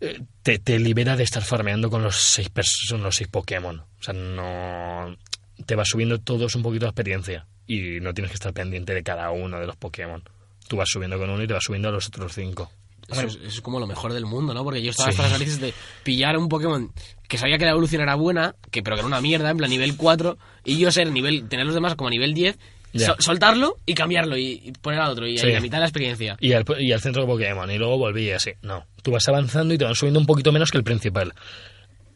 S1: eh, te, te libera de estar farmeando con los seis, pers- con los seis Pokémon. O sea, no. Te va subiendo todos un poquito de experiencia. Y no tienes que estar pendiente de cada uno de los Pokémon. Tú vas subiendo con uno y te vas subiendo a los otros cinco.
S2: Eso es, eso es como lo mejor del mundo, ¿no? Porque yo estaba hasta las narices de pillar un Pokémon que sabía que la evolución era buena, que pero que era una mierda, en plan nivel 4, y yo ser nivel, tener los demás como nivel 10,
S1: Ya.
S2: sol- soltarlo y cambiarlo y, y poner al otro, y
S1: Sí.
S2: ahí la mitad de la experiencia.
S1: Y al, y al centro de Pokémon. Y luego volví y así. No. Tú vas avanzando y te van subiendo un poquito menos que el principal.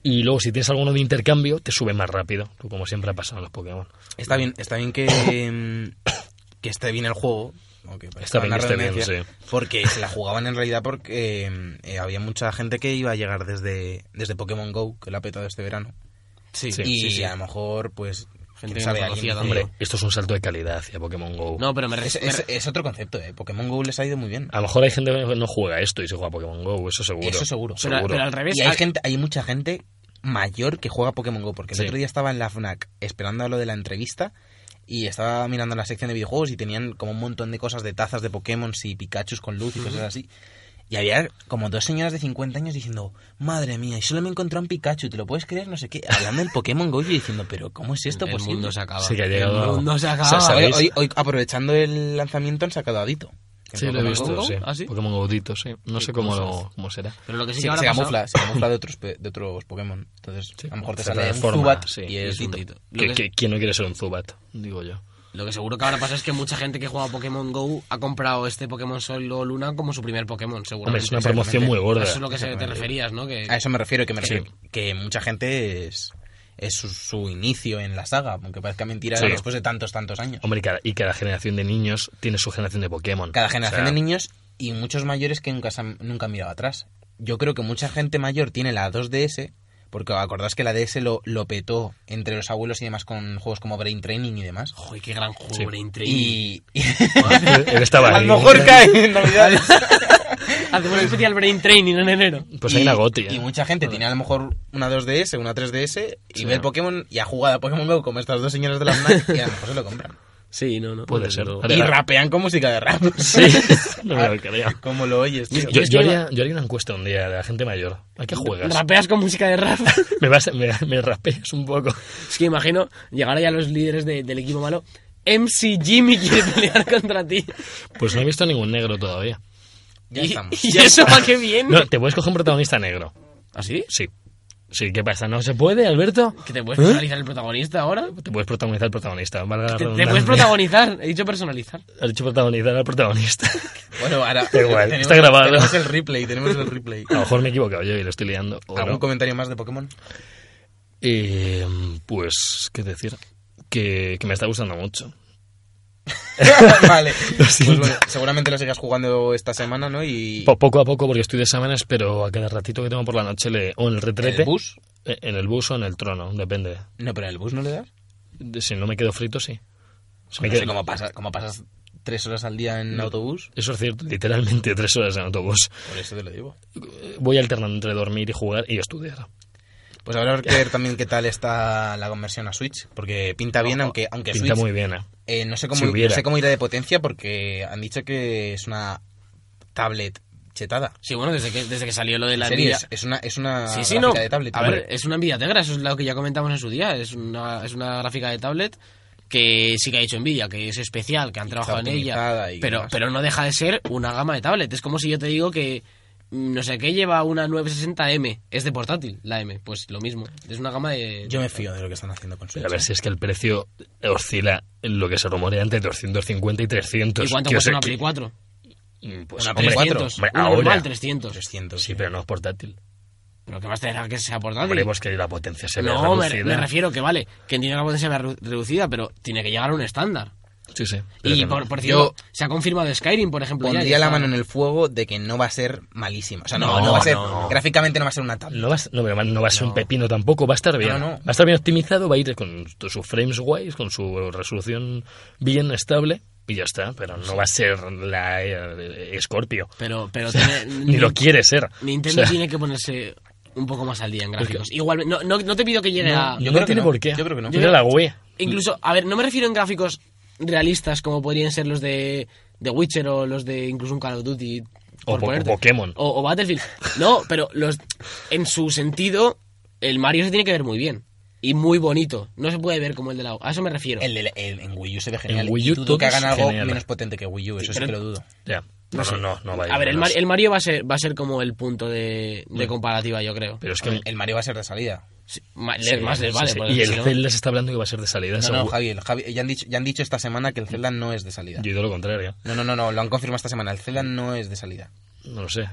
S1: Y luego, si tienes alguno de intercambio, te sube más rápido. Como siempre ha pasado en los Pokémon.
S3: Está bien, está bien que, em, que esté bien el juego. aunque parezca
S1: bien
S3: una
S1: que esté bien,
S3: redundancia, Porque se la jugaban en realidad porque em, eh, había mucha gente que iba a llegar desde, desde Pokémon GO, que lo ha petado este verano.
S2: Sí,
S1: Sí.
S3: y
S2: sí, sí.
S3: a lo mejor, pues,
S2: Gente
S3: quién
S2: que no
S3: sabe,
S2: conocía
S3: alguien-
S2: tanto.
S1: Hombre, esto es un salto de calidad hacia Pokémon Go.
S2: No, pero me, re-
S3: Es,
S2: me
S3: es-
S2: re-
S3: es otro concepto, ¿eh? Pokémon GO les ha ido muy bien.
S1: A lo mejor hay gente que no juega esto y se juega a Pokémon Go. Eso seguro.
S3: Eso seguro.
S2: pero,
S1: seguro.
S2: pero al revés.
S3: Y hay,
S2: al-
S3: gente, hay mucha gente mayor que juega a Pokémon GO, porque el
S1: Sí.
S3: otro día estaba en la FNAC esperando a lo de la entrevista y estaba mirando la sección de videojuegos y tenían como un montón de cosas de tazas de Pokémon y Pikachu con luz y cosas así. Y había como dos señoras de 50 años diciendo, madre mía, y solo me encontré un Pikachu, ¿te lo puedes creer? No sé qué. Hablando del Pokémon GO y yo diciendo, pero ¿cómo es esto
S2: el
S3: posible?
S2: mundo se acaba.
S1: Sí, que ha llegado.
S2: El mundo se acaba.
S1: O sea,
S3: Hoy,
S1: ¿sabéis?
S3: hoy- hoy, aprovechando el lanzamiento, han sacado a Dito.
S1: Sí,
S3: En
S1: lo he
S3: Pokémon
S1: visto,
S3: Go.
S1: sí.
S2: ¿Ah, sí?
S1: Pokémon Gaudito, sí. No sé cómo, lo, cómo será.
S2: Pero lo que sí
S3: Sí,
S2: que ahora
S3: se
S2: ha pasado-
S3: camufla, se camufla de otros, pe- de otros Pokémon. Entonces,
S1: Sí,
S3: a lo mejor te
S1: se
S3: sale un
S1: transforma,
S3: Zubat
S1: sí,
S3: y
S2: y
S3: es
S2: es un
S3: Ditto.
S2: Ditto. Lo
S1: ¿Qué-
S2: que-
S1: qué- ¿Quién no quiere ser un Zubat? Digo yo.
S2: Lo que seguro que ahora pasa es que mucha gente que juega a Pokémon Go ha comprado este Pokémon Sol o Luna como su primer Pokémon,
S1: Hombre,
S2: seguramente.
S1: es una promoción muy gorda.
S2: Eso es lo que se te referías, ¿no? Que
S3: A eso me refiero, que, me
S1: Sí.
S3: refiero que mucha gente es, es su, su inicio en la saga, aunque parezca mentira
S1: Sí.
S3: después de tantos, tantos años.
S1: Hombre, y cada, y cada generación de niños tiene su generación de Pokémon.
S3: Cada generación
S1: O sea,
S3: de niños y muchos mayores que nunca, se han- nunca han mirado atrás. Yo creo que mucha gente mayor tiene la 2DS, porque acordás que la DS lo, lo petó entre los abuelos y demás con juegos como Brain Training y demás.
S2: Joder, qué gran juego,
S1: Sí.
S2: Brain Train.
S3: Y, <laughs>
S1: <laughs> Él estaba
S3: a
S1: ahí.
S3: lo mejor cae en Navidades.
S1: <laughs>
S2: Hacemos un especial Brain Training en enero.
S1: Pues hay una goti.
S3: Y mucha gente tiene a lo mejor una 2DS, una 3DS y
S1: Sí.
S3: ve el Pokémon y ha jugado a Pokémon Go como estas dos señoras de la FNAC y a lo mejor se lo compran.
S2: Sí, no, no.
S1: Puede
S2: desde
S1: ser.
S2: luego.
S1: A ver,
S3: Y rapean con música de rap.
S1: <laughs> Sí, <laughs> no me lo creo.
S3: Como lo oyes, tío.
S1: Yo,
S2: es
S1: yo
S2: que-
S1: haría, yo haría una encuesta un día de la gente mayor. ¿A qué juegas?
S2: Rapeas con música de rap.
S1: Me, vas, me, me rapeas un poco.
S2: es que imagino llegar ahí a los líderes de- del equipo malo. MC Jimmy quiere pelear <laughs> contra ti.
S1: Pues no he visto ningún negro todavía.
S3: Ya
S2: y,
S3: estamos.
S1: <laughs>
S2: ¿Y eso para qué viene?
S1: No, te puedes coger un protagonista negro.
S2: ¿Ah, sí?
S1: Sí. Sí, ¿qué pasa? ¿No se puede, Alberto?
S2: ¿Que te puedes
S1: ¿Eh?
S2: personalizar el protagonista ahora?
S1: Te puedes protagonizar al protagonista. valga la
S2: Te, te puedes
S1: redundancia.
S2: protagonizar. He dicho personalizar.
S1: Has dicho protagonizar al protagonista.
S3: Bueno, ahora.
S1: Da igual,
S3: tenemos-
S1: está grabado.
S3: Tenemos el replay, tenemos el
S1: <laughs>
S3: replay.
S1: <laughs> A lo mejor me he equivocado yo y lo estoy liando. o
S3: ¿Algún
S1: no.
S3: comentario más
S1: <laughs>
S3: de Pokémon? <laughs>
S1: Eh, pues, ¿qué decir? Que, que me está gustando mucho.
S3: vale. Pues
S1: siento.
S3: bueno, seguramente lo sigas jugando esta semana, ¿no? Y.
S1: Po- poco a poco, porque estoy de sábanas, pero a cada ratito que tengo por la noche, le, o en el
S3: ¿En
S1: retrete,
S3: el bus?
S1: eh, en el bus o en el trono, depende.
S3: No, pero en el bus no le das.
S1: De- Si no me quedo frito, sí. Si me
S3: No
S1: quedo-
S3: sé cómo, pasa- cómo pasas tres horas al día en autobús.
S1: Eso es cierto, literalmente <laughs> tres horas en autobús.
S3: Por eso te lo digo.
S1: Eh, Voy alternando entre dormir y jugar y estudiar.
S3: Pues habrá que ver también qué tal está la conversión a Switch, porque pinta bien, aunque, aunque
S1: Pinta
S3: Switch
S1: muy bien, ¿eh?
S3: eh, no, sé
S1: Si
S3: cómo, no
S1: hubiera.
S3: sé cómo irá de potencia porque han dicho que es una tablet chetada.
S2: Sí, bueno, desde que, desde que salió lo de la
S3: En serio,
S2: Nvidia.
S3: es, es una, es una
S2: Sí, sí,
S3: gráfica
S2: no.
S3: de tablet.
S2: A ver,
S3: hombre.
S2: es una Nvidia Tegra, eso es lo que ya comentamos en su día. Es una, es una gráfica de tablet que sí que ha hecho Nvidia, que es especial, que han trabajado en ella.
S3: optimizada y
S2: Pero,
S3: demás.
S2: pero no deja de ser una gama de tablet. Es como si yo te digo que mm, no sé qué lleva una 960M. Es de portátil, la M. Pues lo mismo. Es una gama de.
S3: yo me fío de lo que están haciendo con Switch.
S1: Pero a ver si es que el precio oscila en lo que se rumorea entre 250 y 300.
S2: ¿Y cuánto cuesta
S1: Que pues, sé
S2: una
S1: que-
S2: Play 4?
S1: Mm, Pues,
S3: Una Play
S1: hombre,
S2: 300.
S1: hombre,
S2: una
S1: ahora.
S2: normal 300.
S3: 300.
S1: Sí, pero no es portátil.
S2: Pero qué más te da que sea portátil.
S1: Hombre, pues que la potencia se vea
S2: Ah, no, me,
S1: reducida.
S2: me refiero que vale, que tiene una potencia más redu- reducida, pero tiene que llegar a un estándar.
S1: Sí, sí. pero
S2: Y
S1: que no.
S2: por, por cierto,
S3: Yo-
S2: se ha confirmado Skyrim, por ejemplo. ya,
S3: Pondría
S2: ya
S3: la
S2: está.
S3: mano en el fuego de que no va a ser malísima. O sea, no,
S1: No,
S3: no, va a ser.
S1: no.
S3: Gráficamente no va a ser una tablet.
S1: No va, a ser- no, pero no va a ser un pepino tampoco, va a estar bien.
S3: no.
S1: Va a estar bien optimizado, va a ir con tu- sus frames guays, con su resolución bien estable y ya está. Pero no va a ser la eh, Scorpio. <laughs>
S2: Pero, pero tiene-
S1: Ni lo quiere ser.
S2: Nintendo
S1: O sea,
S2: tiene que ponerse un poco más al día en gráficos. Igual, no, no, no te pido que llegue a.
S3: yo
S1: no
S3: creo que
S1: tiene
S3: no.
S1: por qué.
S3: Yo creo que no.
S1: Tiene la Wii.
S2: Incluso, a ver, no me refiero en gráficos realistas como podrían ser los de, de Witcher o los de incluso un Call of Duty.
S1: O
S2: por
S1: po-
S2: ponerte.
S1: Pokémon.
S2: O, o Battlefield. No, pero los en su sentido, el Mario se tiene que ver muy bien. Y muy bonito. No se puede ver como el de la. A eso me refiero.
S3: El, el- el- en Wii U se ve genial.
S1: Wii U
S3: y dudo
S1: todo
S3: que hagan
S1: es
S3: algo
S1: genial.
S3: menos potente que Wii U, eso sí
S2: pero-
S3: que lo dudo.
S1: Ya. No, no, no, no va a ir
S2: a ver, el,
S1: menos.
S2: Mar- el Mario va a ser, va a ser como el punto de, de comparativa, yo creo.
S1: Pero es que.
S3: El, el Mario va a ser de salida.
S2: Sí, ma-
S1: sí,
S2: les- más les
S1: sí,
S2: vale.
S1: sí.
S2: porque
S1: Y el
S2: si no-
S1: Zelda se está hablando que va a ser de salida.
S3: No, no,
S1: seguro.
S3: Javi, el Javi- ya, han dicho, ya han dicho esta semana que el Zelda no es de salida.
S1: Yo he ido lo contrario.
S3: No, no, no, no, lo han confirmado esta semana. El Zelda no es de salida.
S1: No lo sé.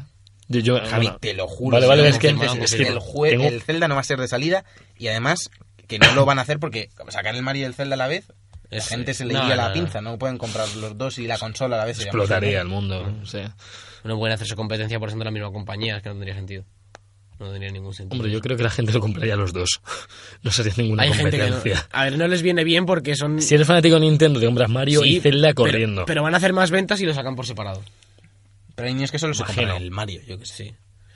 S1: Yo, yo-
S3: Javi,
S1: bueno,
S3: te lo juro.
S1: Vale,
S3: si
S1: vale,
S3: lo han
S1: es que,
S3: confirmado,
S1: es
S3: que
S1: que
S3: el, jue-
S1: tengo-
S3: el Zelda no va a ser de salida y además que no lo van a hacer porque sacar el Mario y el Zelda a la vez, la
S2: Es- eh,
S3: gente se le
S2: no,
S3: iría
S2: no,
S3: la
S2: no.
S3: pinza. No pueden comprar los dos y la consola a la vez. sería muy
S1: explotaría
S3: genial.
S1: el mundo. o sea.
S2: No pueden hacerse competencia, por ejemplo, la misma compañía, es que no tendría sentido. No tendría ningún sentido.
S1: Hombre, yo creo que la gente lo compraría a los dos. <laughs> No sería ninguna
S2: Hay gente que. no-
S1: competencia.
S2: <laughs> a ver, no les viene bien porque son.
S1: Si eres fanático de Nintendo, te compras Mario
S2: Sí,
S1: y Zelda
S2: pero-
S1: corriendo.
S2: Pero, van a hacer más ventas y lo sacan por separado.
S3: Pero hay niños que solo se
S1: Imagino.
S3: compran el Mario, yo que sé.
S2: Sí.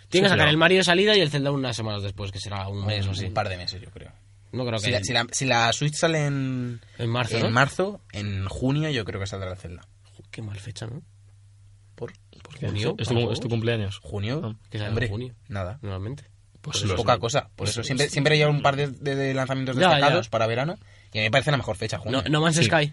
S2: Tienen que sacar
S1: pero-
S2: el Mario de salida y el Zelda unas semanas después, que será un mes o así.
S1: Mm.
S3: Un par de meses, yo creo.
S2: No creo que.
S3: Si, la, si la- si la Switch sale en,
S2: En marzo,
S3: en
S2: ¿no?
S3: marzo, en junio yo creo que saldrá el Zelda.
S2: Qué mal fecha, ¿no?
S3: ¿Por?
S1: Porque
S2: junio,
S1: es, tu,
S2: tampoco.
S1: es tu cumpleaños. Ah,
S3: ¿Junio?
S2: que salga en
S3: Hombre,
S2: junio.
S3: Nada.
S2: Normalmente.
S1: Pues
S3: Pues es
S1: los-
S3: poca cosa. Por eso siempre, siempre hay un par de, de- de lanzamientos
S2: Ya,
S3: destacados
S2: ya.
S3: para verano. Y a mí me parece la mejor fecha, junio.
S2: No, no Man's
S1: Sí.
S2: Sky.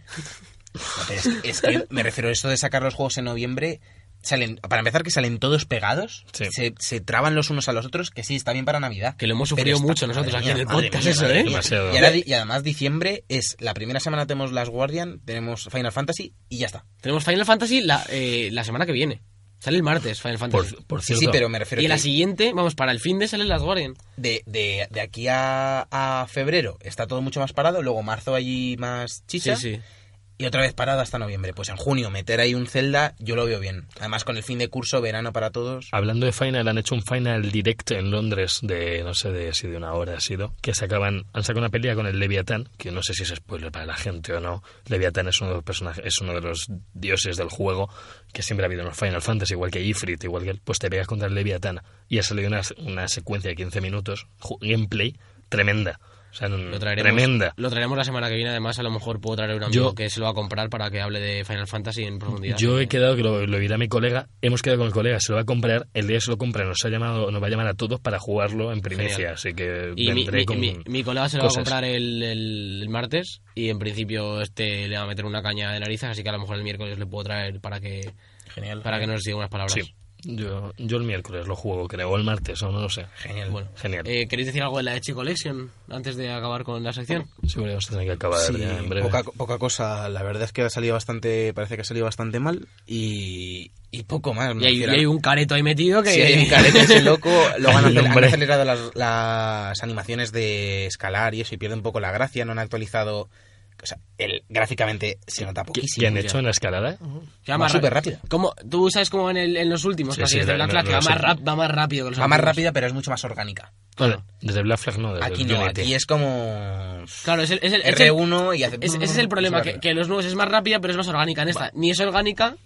S3: Es, es que me refiero a esto de sacar los juegos en noviembre. Salen, para empezar, que salen todos pegados.
S1: Sí.
S3: Se, se traban los unos a los otros. Que sí, está bien para Navidad.
S2: Que lo hemos
S3: Pero
S2: sufrido
S3: está-
S2: mucho nosotros
S3: madre
S2: aquí en
S3: mía,
S2: el
S3: madre
S2: podcast,
S3: mía,
S2: eso,
S3: madre
S2: ¿eh?
S3: mía.
S1: Demasiado.
S3: Y, ahora di- y además, diciembre es la primera semana tenemos Last Guardian, tenemos Final Fantasy y ya está.
S2: Tenemos Final Fantasy la, eh, la semana que viene. Sale el martes Final Fantasy.
S1: Por, por
S3: Sí,
S1: cierto,
S3: sí, pero me refiero
S2: y en la
S3: que-
S2: siguiente, vamos, para el fin de sale las Guardian.
S3: de, de, de aquí a, a febrero está todo mucho más parado, luego marzo allí más chicha
S2: Sí, sí.
S3: y otra vez parado hasta noviembre. Pues en junio meter ahí un Zelda yo lo veo bien. Además con el fin de curso, verano para todos.
S1: hablando de Final, han hecho un Final Direct en Londres de, no sé de, si de una hora ha sido, que se acaban, han sacado una pelea con el Leviatán, que no sé si es spoiler para la gente o no. Leviatán es uno de los personajes, es uno de los dioses del juego que siempre ha habido en los Final Fantasy, igual que Ifrit, igual que él, pues te pegas contra el Leviatán. Y ha salido una, una secuencia de 15 minutos, ju- gameplay, tremenda. O sea,
S2: Lo traeremos,
S1: tremenda.
S2: Lo traeremos la semana que viene. Además, a lo mejor puedo traer a un amigo
S1: Yo-
S2: que se lo va a comprar para que hable de Final Fantasy en profundidad.
S1: Yo he quedado, que lo, lo dirá mi colega, hemos quedado con el colega, se lo va a comprar, el día que se lo compra nos, ha llamado, nos va a llamar a todos para jugarlo en primicia,
S2: Genial.
S1: así que
S2: Y mi,
S1: vendré
S2: mi-
S1: con...
S2: mi- mi colega se lo
S1: cosas.
S2: va a comprar el, el- el martes y en principio este le va a meter una caña de narices, así que a lo mejor el miércoles le puedo traer para que
S3: Genial.
S2: para que nos diga unas palabras.
S1: Sí, yo, yo el miércoles lo juego, creo, o el martes, o no lo sé.
S3: Genial.
S2: Bueno,
S1: Genial.
S2: eh, ¿queréis decir algo de la Echi Collection antes de acabar con la sección?
S1: Sí, bueno, vamos a tener que acabar
S3: Sí,
S1: ya en breve.
S3: poca, poca cosa, la verdad es que ha salido bastante, parece que ha salido bastante mal y, y poco más.
S1: Mm,
S3: me
S2: Y hay,
S3: refiero.
S2: y hay un careto ahí metido que...
S3: Si hay un
S2: <laughs>
S3: carete ese loco, luego han,
S1: El
S3: acel- han
S1: hombre.
S3: acelerado las, las animaciones de escalar y eso y pierde un poco la gracia, no han actualizado, o sea, el, gráficamente se nota
S1: ¿Qué,
S3: poquísimo.
S1: qué han
S2: ya.
S1: hecho en la escalada?
S2: que va
S3: Va
S2: más
S3: súper
S2: ra-
S3: rápida.
S2: Como, Tú sabes como en, el- en los últimos,
S1: Sí,
S2: casi
S1: sí,
S2: desde
S1: la-
S2: Black Flag,
S1: no- no
S2: que va
S1: sé.
S2: más, rap- va más rápido que los
S3: Va más
S2: antiguos.
S3: rápida, pero es mucho más orgánica.
S1: Vale, desde Black Flag no, desde
S3: Aquí no,
S1: Unity.
S3: aquí es como
S2: Claro, es el, es el- es el-
S3: R1 y hace...
S2: es- ese es
S3: <laughs>
S2: el problema, que, que en los nuevos es más rápida, pero es más orgánica. En esta ni es orgánica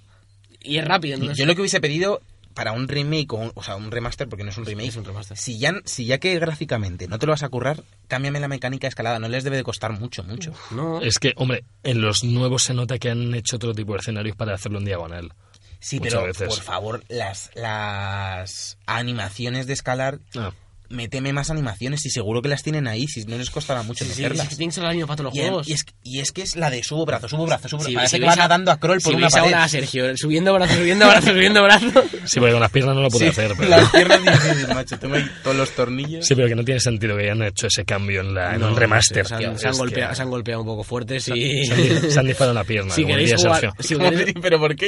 S2: y es rápida. entonces-
S3: Yo lo que hubiese pedido para un remake, o, un- o sea, un remaster, porque no es un remake,
S2: es un remaster.
S3: Si, ya, si ya que gráficamente no te lo vas a currar, cámbiame la mecánica de escalada, no les debe de costar mucho, mucho.
S2: No,
S1: Es que, hombre, en los nuevos se nota que han hecho otro tipo de escenarios para hacerlo en diagonal.
S3: Sí,
S1: Muchas
S3: pero
S1: veces.
S3: por favor, las, las animaciones de escalar,
S1: Ah,
S3: méteme más animaciones y seguro que las tienen ahí, si no les costará mucho
S2: sí, sí,
S3: meterlas.
S2: es que tiene que ser la misma para todos
S3: Y,
S2: los juegos.
S3: y es, y es que es la de subo brazo, subo brazo, subo brazo.
S2: Si-
S3: Parece
S2: si
S3: que
S2: veis
S3: va nadando a Kroll por
S2: si
S3: una
S2: veis
S3: pared.
S2: ahora a Sergio subiendo brazo, subiendo
S3: <laughs>
S2: brazo, subiendo brazo.
S1: sí, porque con las piernas no lo puede
S2: <laughs>
S1: hacer, pero...
S3: Las piernas difíciles, macho. Tengo ahí todos los tornillos.
S1: Sí, pero que no tiene sentido que hayan hecho ese cambio en, la, en un remaster.
S2: Se han- se
S1: tío.
S2: han,
S1: Es que-
S2: golpea- se han golpeado un poco fuertes y...
S1: se han di- se han disparado en la pierna.
S2: si
S1: como
S2: queréis
S1: diría
S2: jugar...
S1: Sergio.
S2: si queréis-
S3: ¿Pero por <laughs> qué?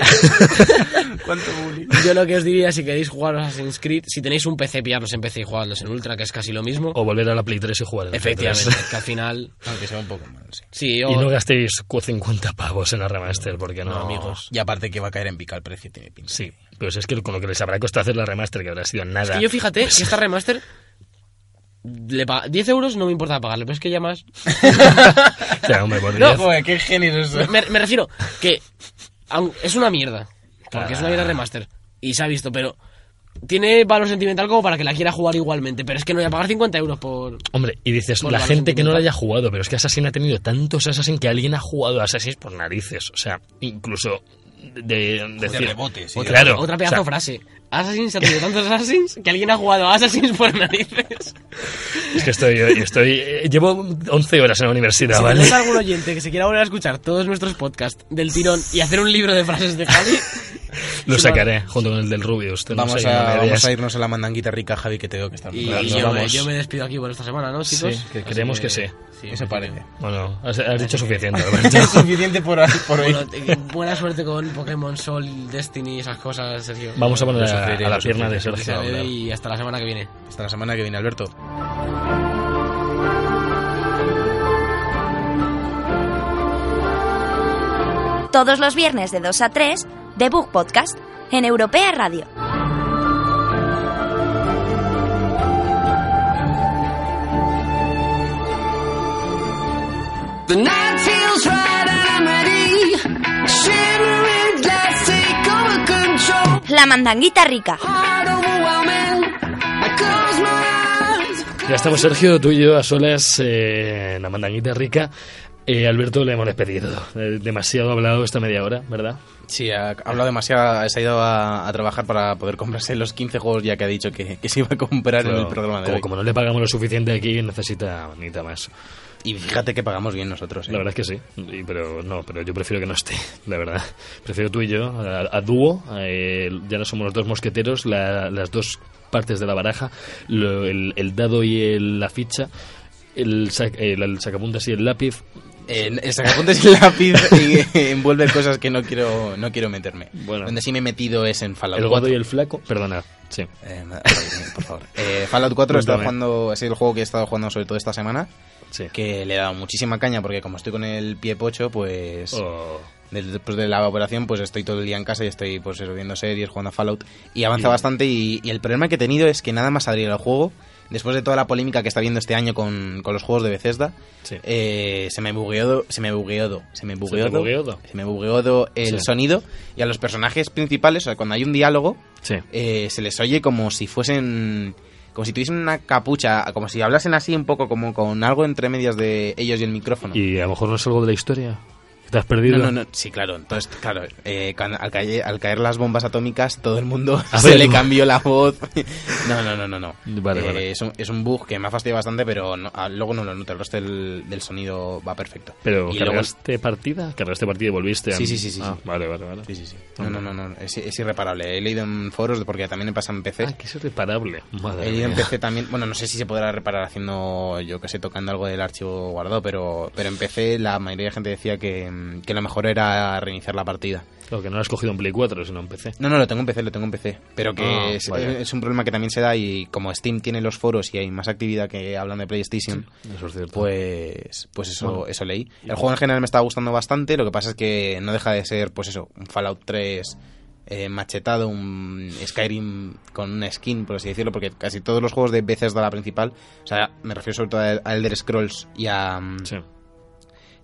S3: ¿Cuánto bullying?
S2: <laughs> yo lo que os diría, si queréis jugar a Assassin's Creed, si tenéis un PC, pillarlos en PC y jugadlos en Ultra, que es casi lo mismo.
S1: O volver a la Play 3 y jugar. en la Play 3.
S2: Efectivamente, que al final...
S3: Aunque sea un poco mal, sí.
S2: Sí, o-
S1: Y no gastéis cu- 50 pavos en la remaster, porque no,
S2: No, amigos.
S3: Y aparte que va a caer en pica el precio, tiene pinta.
S1: Sí, pero si es que con lo que les habrá costado hacer la remaster, que habrá sido nada.
S2: Y yo fíjate que esta remaster... Le pa- 10 euros no me importa pagarle, pero es que ya más...
S1: O
S2: <laughs>
S1: sea, hombre, por
S2: No,
S1: Dios.
S3: Joder, qué generoso.
S2: Me, me refiero que aun- es una mierda. Porque es una
S1: Ah.
S2: mierda remaster. Y se ha visto, pero tiene valor sentimental como para que la quiera jugar igualmente. Pero es que no voy a pagar 50 euros por...
S1: Hombre, y dices,
S2: Por
S1: la
S2: valor
S1: gente que no la
S2: sentimental.
S1: haya jugado, pero es que Assassin ha tenido tantos Assassin que alguien ha jugado a Assassin por narices. O sea, incluso de, de decir-
S3: rebote, sí, de
S1: claro,
S2: Otra pedazo
S1: o sea,
S2: frase. Assassins ha tenido tantos Assassins que alguien ha jugado a Assassins por
S1: <laughs>
S2: narices.
S1: Es que estoy, estoy. eh, Llevo 11 horas en la universidad,
S2: Si
S1: ¿vale?
S2: tenemos algún oyente que se quiera volver a escuchar todos nuestros podcasts del tirón y hacer un libro de frases de
S1: <laughs>
S2: Javi...
S1: Lo
S2: sí,
S1: sacaré junto con el del Rubius. tenemos
S3: Vamos
S1: ahí una
S3: a,
S1: idea.
S3: vamos a irnos a la mandanguita rica, Javi, que te veo que estás
S2: Y,
S3: muy raro.
S2: yo,
S1: vamos.
S2: yo me despido aquí por esta semana, ¿no, chicos?
S1: Sí, que
S2: Así
S1: creemos que sí.
S3: Eso <laughs> parece.
S1: Bueno, has, has dicho suficiente,
S3: <laughs>
S1: Alberto.
S3: Es suficiente por, por hoy.
S2: Bueno, te- buena suerte con Pokémon Sol, Destiny y esas cosas, Sergio.
S1: Vamos a poner
S3: Lo
S1: a,
S3: sufriré,
S1: a la
S3: lo
S1: pierna
S3: sufriré.
S1: de
S2: Que se
S1: Sergio. a
S2: bebe
S1: hablar.
S2: y hasta la semana que viene.
S3: Hasta la semana que viene, Alberto.
S4: Todos los viernes de 2 a 3, The Book Podcast, en Europea Radio.
S6: The night feels right and I'm ready. Shimmering glass, take over control.
S4: La mandanguita rica.
S6: Heart overwhelming. I close my eyes.
S1: Ya estamos, Sergio, tú y yo a solas eh, en la mandanguita rica. Eh, Alberto le hemos despedido. Eh, demasiado hablado esta media hora, ¿verdad?
S3: Sí, ha ha hablado demasiado, se ha ido a, a trabajar para poder comprarse los 15 juegos ya que ha dicho que, que se iba a comprar en el programa de
S1: como,
S3: hoy.
S1: como no le pagamos lo suficiente aquí, necesita, necesita más.
S3: Y fíjate que pagamos bien nosotros. ¿eh?
S1: La verdad es que sí. Y- pero no, pero yo prefiero que no esté, <laughs> la verdad. Prefiero tú y yo, a, a dúo. eh, ya no somos los dos mosqueteros, la- las dos partes de la baraja, lo- el, el dado y el- la ficha, el, sac- el- el sacapuntas y el lápiz.
S3: Eh, el sacapuntas y <laughs> el lápiz eh, envuelve cosas que no quiero, no quiero meterme.
S1: Bueno.
S3: Donde sí me he metido es en Fallout
S1: El
S3: 4.
S1: gordo y el flaco. Perdona, sí.
S3: Eh, madre mía, por favor. Eh, Fallout 4 está
S1: Cuéntame.
S3: jugando, es el juego que he estado jugando sobre todo esta semana,
S1: sí.
S3: que le he dado muchísima caña porque como estoy con el pie pocho, pues
S1: Oh.
S3: del- después de la operación pues estoy todo el día en casa y estoy pues eso, viendo series, jugando a Fallout y avanza
S1: Y-
S3: bastante y, y el problema que he tenido es que nada más abrir el juego, después de toda la polémica que está viendo este año con, con los juegos de Bethesda,
S1: Sí.
S3: eh, se me bugueó, se me bugueó, se me
S1: ¿Se te bugueó?
S3: bugueó, se me bugueó el
S1: Sí.
S3: sonido y a los personajes principales, o sea, cuando hay un diálogo
S1: Sí.
S3: eh, se les oye como si fuesen como si tuviesen una capucha, como si hablasen así un poco, como con algo entre medias de ellos y el micrófono.
S1: Y a lo mejor no es algo de la historia. ¿Te has perdido?
S3: No, no, no, sí, claro. Entonces, claro, eh, cuando- al, caer, al caer las bombas atómicas, todo el mundo
S1: <laughs> A
S3: <laughs> se
S1: ver.
S3: le cambió la voz. <laughs> No, no, no, no. no.
S1: Vale,
S3: Eh,
S1: vale.
S3: Es, un, es un bug que me ha fastidiado bastante, pero no- ah, luego no lo noto. El resto del, del sonido va perfecto.
S1: Pero
S3: Y luego-
S1: cargaste partida, cargaste partida y volviste. a-
S3: Sí, sí, sí, sí,
S1: Ah,
S3: sí.
S1: Vale, vale, vale.
S3: Sí, sí, sí. No, no, no, no, Es, es irreparable. He leído en foros porque también me pasa en PC.
S1: Ah, que es irreparable. Madre
S3: He leído en
S1: mía.
S3: PC también. Bueno, no sé si se podrá reparar haciendo, yo que sé, tocando algo del archivo guardado, pero, pero en PC la mayoría de gente decía que, mm, que lo mejor era reiniciar la partida.
S1: Claro, que no lo has cogido en Play 4, sino en PC.
S3: No, no, lo tengo en PC, lo tengo en PC. Pero que
S1: Ah,
S3: es,
S1: vaya.
S3: es un problema que también se da y como Steam tiene los foros y hay más actividad que hablan de PlayStation,
S1: Eso es cierto.
S3: pues, pues eso,
S1: Bueno.
S3: eso leí. El juego en general me estaba gustando bastante, lo que pasa es que no deja de ser, pues eso, un Fallout 3 eh, machetado, un Skyrim con una skin, por así decirlo, porque casi todos los juegos de Bethesda, la principal, o sea, me refiero sobre todo a Elder Scrolls y a, mm,
S1: Sí.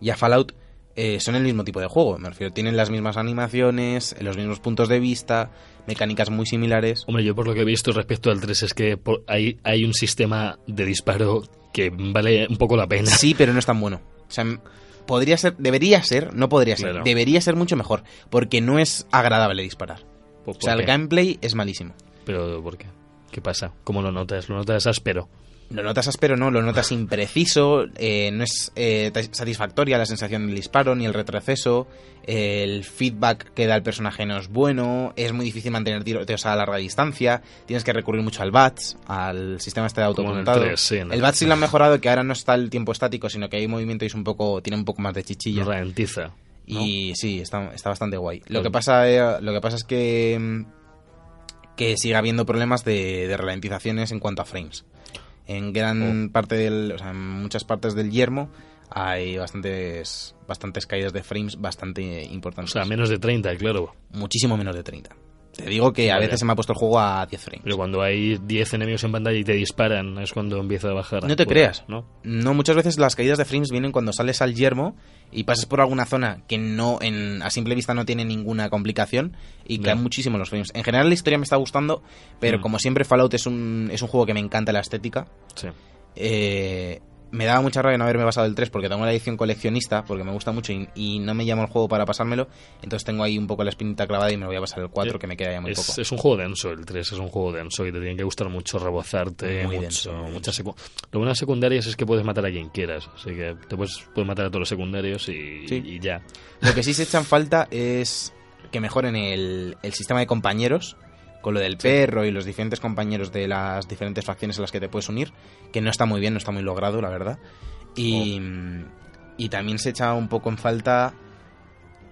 S3: y a Fallout eh, son el mismo tipo de juego. Me refiero, tienen las mismas animaciones, los mismos puntos de vista, mecánicas muy similares.
S1: Hombre, yo por lo que he visto respecto al 3 es que por- hay, hay un sistema de disparo que vale un poco la pena.
S3: Sí, pero no es tan bueno. O sea, m- podría ser, debería ser, no podría ser,
S1: Claro.
S3: debería ser mucho mejor, porque no es agradable disparar.
S1: Pues, ¿Por-
S3: O sea,
S1: por
S3: el
S1: qué?
S3: gameplay es malísimo.
S1: Pero, ¿por qué? ¿Qué pasa? ¿Cómo lo notas? ¿Lo notas áspero?
S3: Lo notas áspero, no, lo notas impreciso, eh, no es eh, ta- satisfactoria la sensación del disparo ni el retroceso, el feedback que da el personaje no es bueno, es muy difícil mantener tiroteos a larga distancia, tienes que recurrir mucho al BATS, al sistema este de
S1: Como en el
S3: autopuntado.
S1: 3, sí, en el-
S3: el BATS sí lo han mejorado, que ahora no está el tiempo estático, sino que hay movimiento y es un poco, tiene un poco más de chichilla.
S1: Lo ralentiza. ¿no?
S3: Y sí, está, está bastante guay. Lo
S1: Claro.
S3: que pasa, eh, lo que pasa es que, mm, que sigue habiendo problemas de, de ralentizaciones en cuanto a frames. En gran
S1: Oh.
S3: parte del. O sea, en muchas partes del yermo hay bastantes. bastantes caídas de frames bastante
S1: O
S3: importantes.
S1: sea, menos de 30, claro.
S3: Muchísimo menos de 30. Te digo que a
S1: Vaya.
S3: veces se me ha puesto el juego a 10 frames.
S1: Pero cuando hay 10 enemigos en pantalla y te disparan es cuando empieza a bajar.
S3: No te
S1: Bueno,
S3: creas.
S1: ¿no?
S3: No, muchas veces las caídas de frames vienen cuando sales al yermo y pasas por alguna zona que no en, a simple vista no tiene ninguna complicación y
S1: Ya.
S3: caen muchísimo los frames. En general la historia me está gustando, pero
S1: Mm.
S3: como siempre Fallout es un, es un juego que me encanta la estética.
S1: Sí.
S3: Eh, me daba mucha rabia no haberme pasado el 3 porque tengo la edición coleccionista, porque me gusta mucho y, y no me llama el juego para pasármelo. Entonces tengo ahí un poco la espinita clavada y me voy a pasar el 4
S1: Eh,
S3: que me queda ya muy
S1: es,
S3: poco.
S1: es un juego denso, el 3 es un juego denso y te tiene que gustar mucho rebozarte.
S3: Muy
S1: mucho,
S3: denso, muy
S1: mucha secu- Lo bueno de las secundarias es que puedes matar a quien quieras, así que te puedes, puedes matar a todos los secundarios y,
S3: Sí.
S1: y ya.
S3: Lo que sí se echan falta es que mejoren el, el sistema de compañeros, con lo del perro y los diferentes compañeros de las diferentes facciones a las que te puedes unir, que no está muy bien, no está muy logrado, la verdad. Y, y también se echa un poco en falta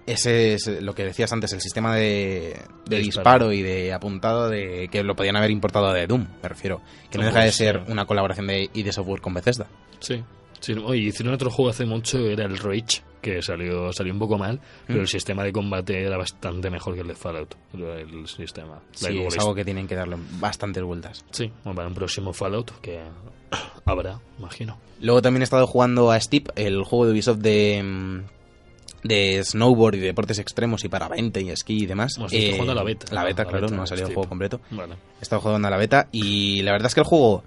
S3: ese es lo que decías antes, el sistema de, de
S1: De disparo.
S3: disparo. y de apuntado de que lo podían haber importado de Doom, me refiero. Que no
S1: No
S3: deja de
S1: puede
S3: ser
S1: ser.
S3: una colaboración de ID Software con Bethesda.
S1: Sí. Sí, oye, hicieron otro juego hace mucho, era el Rage, que salió salió un poco mal,
S3: Mm.
S1: pero el sistema de combate era bastante mejor que el de Fallout, el sistema.
S3: Sí,
S1: Like
S3: es
S1: Wallace.
S3: algo que tienen que darle bastantes vueltas.
S1: Sí, bueno, para un próximo Fallout que <coughs> habrá, imagino.
S3: Luego también he estado jugando a Steep, el juego de Ubisoft de, mm, de snowboard y deportes extremos y parapente y esquí y demás. Eh,
S1: Bueno, estoy jugando a la beta.
S3: La beta,
S1: A la
S3: claro,
S1: beta
S3: no ha
S1: de
S3: salido el
S1: Steep.
S3: juego completo.
S1: Vale.
S3: He estado jugando a la beta y la verdad es que el juego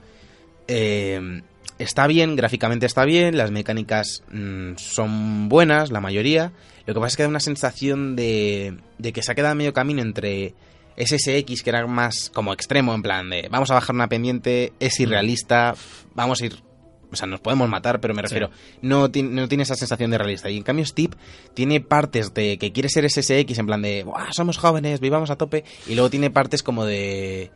S3: eh, está bien, gráficamente está bien, las mecánicas mm, son buenas, la mayoría. Lo que pasa es que da una sensación de, de que se ha quedado a medio camino entre SSX, que era más como extremo, en plan de vamos a bajar una pendiente, es irrealista, vamos a ir. O sea, nos podemos matar, pero me refiero, no, ti- no tiene esa sensación de realista. Y en cambio, Steve tiene partes de que quiere ser SSX, en plan de, "Buah, somos jóvenes, vivamos a tope. Y luego tiene partes como de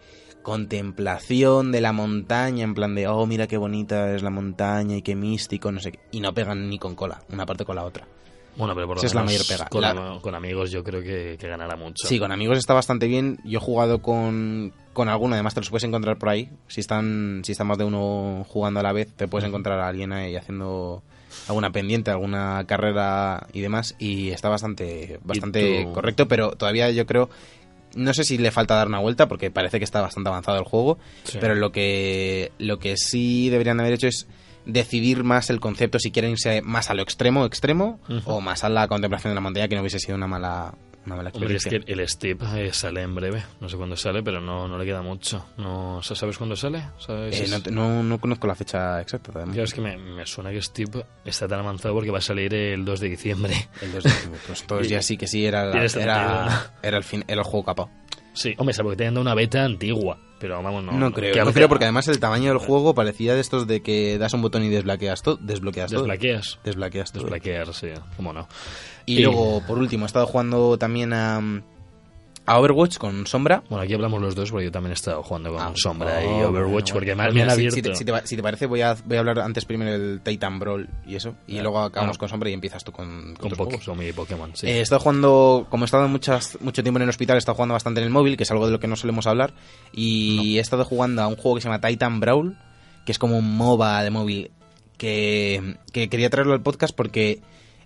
S3: contemplación de la montaña, en plan de, oh, mira qué bonita es la montaña y qué místico, no sé qué. Y no pegan ni con cola, una parte con la otra.
S1: Bueno, pero por lo
S3: Esa es la
S1: menos
S3: mayor pega.
S1: Con,
S3: La-
S1: am- con amigos yo creo que, que ganará mucho.
S3: Sí, con amigos está bastante bien. Yo he jugado con, con alguno, además te los puedes encontrar por ahí. Si están, si está más de uno jugando a la vez, te puedes encontrar a alguien ahí haciendo alguna pendiente, alguna carrera y demás. Y está bastante, bastante
S1: tú?
S3: correcto, pero todavía yo creo. No sé si le falta dar una vuelta porque parece que está bastante avanzado el juego,
S1: Sí.
S3: pero lo que, lo que sí deberían haber hecho es decidir más el concepto si quieren irse más a lo extremo extremo
S1: Ujú.
S3: o más a la contemplación de la montaña que no hubiese sido una mala Una mala
S1: Hombre, es
S3: experiencia.
S1: que el Steve eh, sale en breve. No sé cuándo sale, pero no, no le queda mucho. No, ¿Sabes cuándo sale? ¿Sabes?
S3: Eh, no, te- no, no conozco la fecha exacta, además.
S1: Claro, es que me, me suena que Steve está tan avanzado porque va a salir el 2 de
S3: <laughs>
S1: diciembre.
S3: El 2 de diciembre. Pues todos ya sí que sí, era, la-
S1: Tiene sentido,
S3: era,
S1: ¿no?
S3: era el, fin, era el juego capaz.
S1: Sí, hombre, salvo que te hayan dado una beta antigua. Pero vamos, no.
S3: No, creo,
S1: que a
S3: no
S1: veces
S3: creo porque además el tamaño del juego parecía de estos de que das un botón y desbloqueas todo. Desbloqueas todo.
S1: Desbloqueas.
S3: Desbloqueas todo.
S1: Desbloquear, sí. ¿Cómo no?
S3: Y luego, por último, he estado jugando también a, mm, a Overwatch con Sombra.
S1: Bueno, aquí hablamos los dos porque yo también he estado jugando con
S3: Ah,
S1: Sombra
S3: oh,
S1: y Overwatch
S3: bueno,
S1: porque
S3: bueno.
S1: más me han
S3: Mira, si-
S1: abierto.
S3: Si, te- si te, va- si te parece, voy a, voy a hablar antes primero del Titan Brawl y eso. Y
S1: Ah,
S3: luego acabamos
S1: ah.
S3: con Sombra y empiezas tú con, con
S1: con,
S3: tus
S1: Poké-
S3: juegos.
S1: con mi Pokémon, sí.
S3: Eh, he estado jugando, como he estado muchas, mucho tiempo en el hospital, he estado jugando bastante en el móvil, que es algo de lo que no solemos hablar. Y he estado jugando a un juego que se llama Titan Brawl, que es como un MOBA de móvil, que, que quería traerlo al podcast porque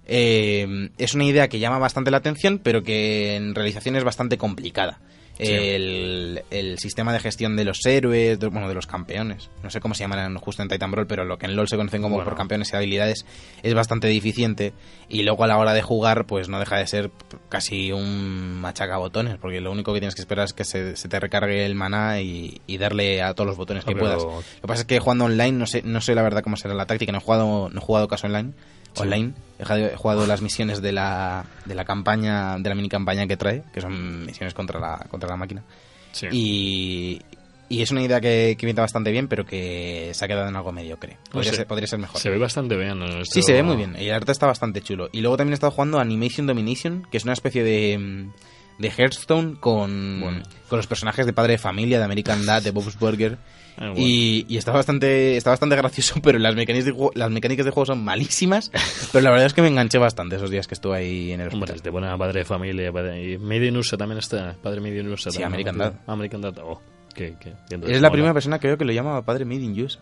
S3: eh, es una idea que llama bastante la atención, pero que en realización es bastante complicada.
S1: Sí.
S3: El, el sistema de gestión de los héroes, de- bueno, de los campeones, no sé cómo se llaman justo en Titan Brawl, pero lo que en LoL se conocen como
S1: Bueno.
S3: por campeones y habilidades es bastante deficiente y luego a la hora de jugar pues no deja de ser casi un machacabotones porque lo único que tienes que esperar es que se, se te recargue el maná y, y darle a todos los botones que
S1: Hombre,
S3: puedas.
S1: o-
S3: Lo que pasa es que jugando online no sé no sé la verdad cómo será la táctica, no he jugado no he jugado caso online.
S1: Sí.
S3: Online he jugado, he jugado las misiones de la, de la campaña de la mini campaña que trae, que son misiones contra la contra la máquina.
S1: sí.
S3: Y, y es una idea que, que pinta bastante bien, pero que se ha quedado en algo mediocre. Podría,
S1: sé.
S3: ser, podría ser mejor.
S1: Se ve bastante bien. ¿no? Esto-
S3: Sí, se ve muy bien. El arte está bastante chulo. Y luego también he estado jugando Animation Domination, que es una especie de, mm, de Hearthstone con,
S1: Bueno.
S3: con los personajes de Padre de Familia, de American Dad, de Bob's <laughs> Burger.
S1: Ah, bueno.
S3: Y, y está bastante está bastante gracioso, <laughs> pero las mecánicas, de juego, las mecánicas de juego son <laughs> malísimas. Pero la verdad es que me enganché bastante esos días que estuve ahí en el
S1: Hombre,
S3: hospital.
S1: si te ponen a padre de familia. Padre, y Made in USA también está. Padre Made in USA.
S3: Sí,
S1: también,
S3: American
S1: ¿no?
S3: Dad.
S1: American Dad. Oh, qué, qué- qué-
S3: Es la
S1: mola.
S3: primera persona que veo que lo llama Padre Made in USA.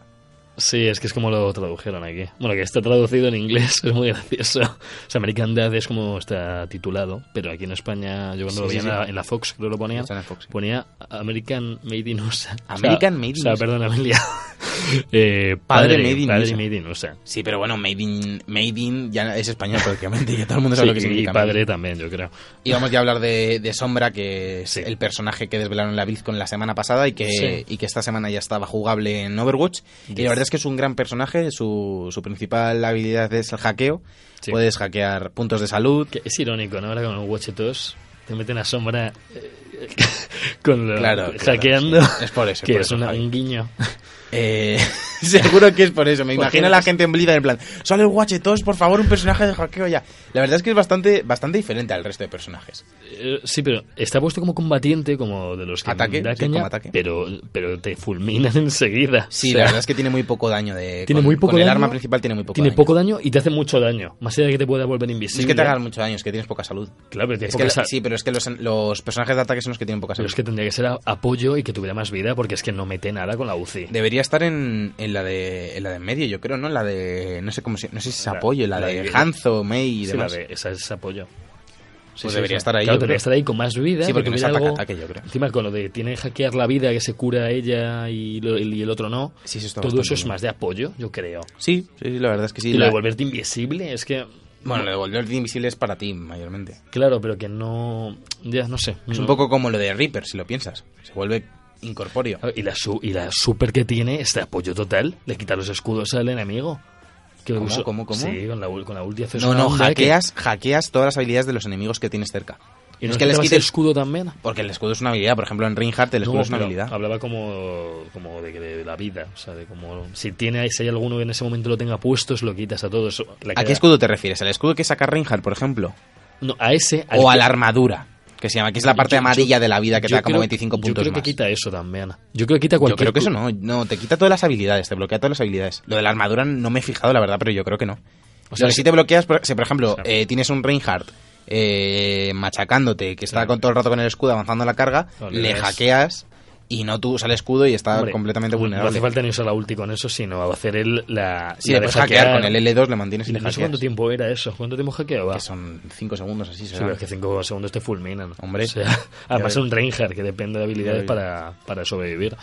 S1: Sí, es que es como lo tradujeron aquí. Bueno, que está traducido en inglés, <laughs> es muy gracioso. O sea, American Dad es como está titulado, pero aquí en España, yo cuando
S3: Sí,
S1: lo
S3: sí,
S1: veía en,
S3: sí.
S1: la, en la Fox, creo que lo ponía,
S3: Está en la Fox, sí.
S1: ponía American Made in USA. O sea,
S3: American Made in
S1: O sea,
S3: USA.
S1: perdón, Amelia. <laughs> eh,
S3: Padre
S1: padre,
S3: Made in
S1: padre
S3: USA.
S1: Made in USA.
S3: Sí, pero bueno, Made in, made in ya es español <laughs> prácticamente, ya todo el mundo sabe lo que
S1: Sí, y
S3: significa. Made in.
S1: padre también, yo creo.
S3: Y vamos ya a hablar de, de Sombra, que es
S1: Sí.
S3: el personaje que desvelaron en la BlizzCon la semana pasada y que,
S1: Sí.
S3: y que esta semana ya estaba jugable en Overwatch. Y la verdad es que es un gran personaje, su, su principal habilidad es el hackeo.
S1: Sí.
S3: Puedes hackear puntos de salud.
S1: Que es irónico, ¿no? Ahora con el Watch 2 te meten a sombra eh, <laughs> con lo-
S3: Claro, claro,
S1: hackeando.
S3: sí. Es por eso,
S1: Que
S3: por
S1: es
S3: eso,
S1: una-
S3: Javi.
S1: un guiño.
S3: <laughs> Eh, <laughs> seguro que es por eso. Me
S1: Porque
S3: imagino a
S1: no
S3: la
S1: es-
S3: gente en Blizzard en plan, solo el Watchetos, por favor, un personaje de hackeo ya. La verdad es que es bastante, bastante diferente al resto de personajes.
S1: Eh, Sí, pero está puesto como combatiente, como de los que
S3: Ataque,
S1: da
S3: sí,
S1: caña,
S3: como ataque.
S1: Pero, pero te fulminan <laughs> enseguida.
S3: Sí,
S1: O sea,
S3: la verdad es que tiene muy poco daño de...
S1: tiene
S3: con-
S1: muy poco
S3: con el
S1: daño,
S3: arma principal tiene muy poco
S1: tiene
S3: daño.
S1: poco daño y te hace mucho daño. Más allá de que te pueda volver
S3: No
S1: invisible.
S3: es que te hagan mucho daño, es que tienes poca salud.
S1: Claro, pero, tienes
S3: Es que
S1: que
S3: la- sí, pero es que los, los personajes de ataque son los que tienen poca
S1: pero
S3: salud.
S1: es que tendría que ser a- apoyo y que tuviera más vida porque es que no mete nada con la UCI.
S3: Debería estar en, en la de en la de en medio, yo creo, ¿no? La de no sé cómo se- no sé si es
S1: La-
S3: apoyo, la,
S1: la
S3: de,
S1: de-
S3: Hanzo, May y
S1: Sí, la
S3: demás.
S1: de- esa es apoyo. Sí,
S3: Pues
S1: sí,
S3: debería
S1: sí.
S3: estar ahí,
S1: Claro,
S3: yo creo.
S1: debería estar ahí con más vida.
S3: Sí,
S1: que
S3: porque no es
S1: tuviera
S3: ataque,
S1: algo-
S3: ataque, yo creo.
S1: Encima con lo de tiene que hackear la vida que se cura ella y, lo- y el otro no.
S3: Sí, eso está
S1: todo
S3: bastante
S1: eso es
S3: bien.
S1: más de apoyo, yo creo.
S3: Sí, sí, la verdad es que sí.
S1: Y lo
S3: la-
S1: de volverte invisible es que.
S3: Bueno, lo de volverte invisible es para ti mayormente.
S1: Claro, pero que no. Ya, no sé.
S3: Es
S1: no.
S3: un poco como lo de Reaper, si lo piensas. Se vuelve incorpóreo.
S1: Y la, su- y la super que tiene este apoyo total le quita los escudos al enemigo. Que
S3: ¿Cómo,
S1: uso-
S3: cómo, cómo?
S1: Sí, con la, ul- con la ulti haces
S3: No,
S1: una
S3: no,
S1: onda que-
S3: hackeas, hackeas todas las habilidades de los enemigos que tienes cerca.
S1: y no
S3: es que les
S1: quitas
S3: quites
S1: el escudo también.
S3: porque el escudo es una habilidad, por ejemplo, en Reinhardt el escudo
S1: No,
S3: es una
S1: pero
S3: habilidad.
S1: Hablaba como, como de, de la vida, o sea, de como si tiene si hay alguno que en ese momento lo tenga puesto, se lo quitas a todos. La
S3: ¿A
S1: que-
S3: qué escudo te refieres? ¿Al escudo que saca Reinhardt, por ejemplo?
S1: No, a ese al
S3: o a
S1: que-
S3: la armadura, que se llama, que es la parte
S1: yo- yo-
S3: amarilla de la vida que te
S1: yo
S3: da como
S1: creo-
S3: 25 puntos
S1: Yo creo
S3: más.
S1: que quita eso también. Yo creo que quita
S3: Yo
S1: cualquier
S3: creo que eso
S1: cu-
S3: no, no, te quita todas las habilidades, te bloquea todas las habilidades. Lo de la armadura no me he fijado, la verdad, pero yo creo que no.
S1: O sea,
S3: Lo que
S1: es-
S3: sí te bloqueas, por, si, por ejemplo,
S1: sea-
S3: eh, tienes un Reinhardt eh, machacándote, que está
S1: Sí.
S3: con todo el rato con el escudo avanzando la carga,
S1: No, le
S3: le
S1: das-
S3: hackeas y no tú usas el escudo y está
S1: Hombre,
S3: completamente
S1: no- No
S3: vulnerable.
S1: hace falta ni usar la ulti con eso, sino hacer el, la.
S3: Sí,
S1: la
S3: le
S1: de
S3: puedes hackear, con el L2, le mantienes y le
S1: No sé cuánto
S3: hackeas.
S1: tiempo era eso. ¿Cuánto tiempo hackeaba?
S3: Que son 5 segundos así,
S1: Sí,
S3: será.
S1: pero es que 5 segundos te fulminan.
S3: Hombre.
S1: O sea,
S3: Ya
S1: <laughs> además
S3: ves.
S1: es un Reinhardt que depende de habilidades
S3: ves.
S1: para, para sobrevivir.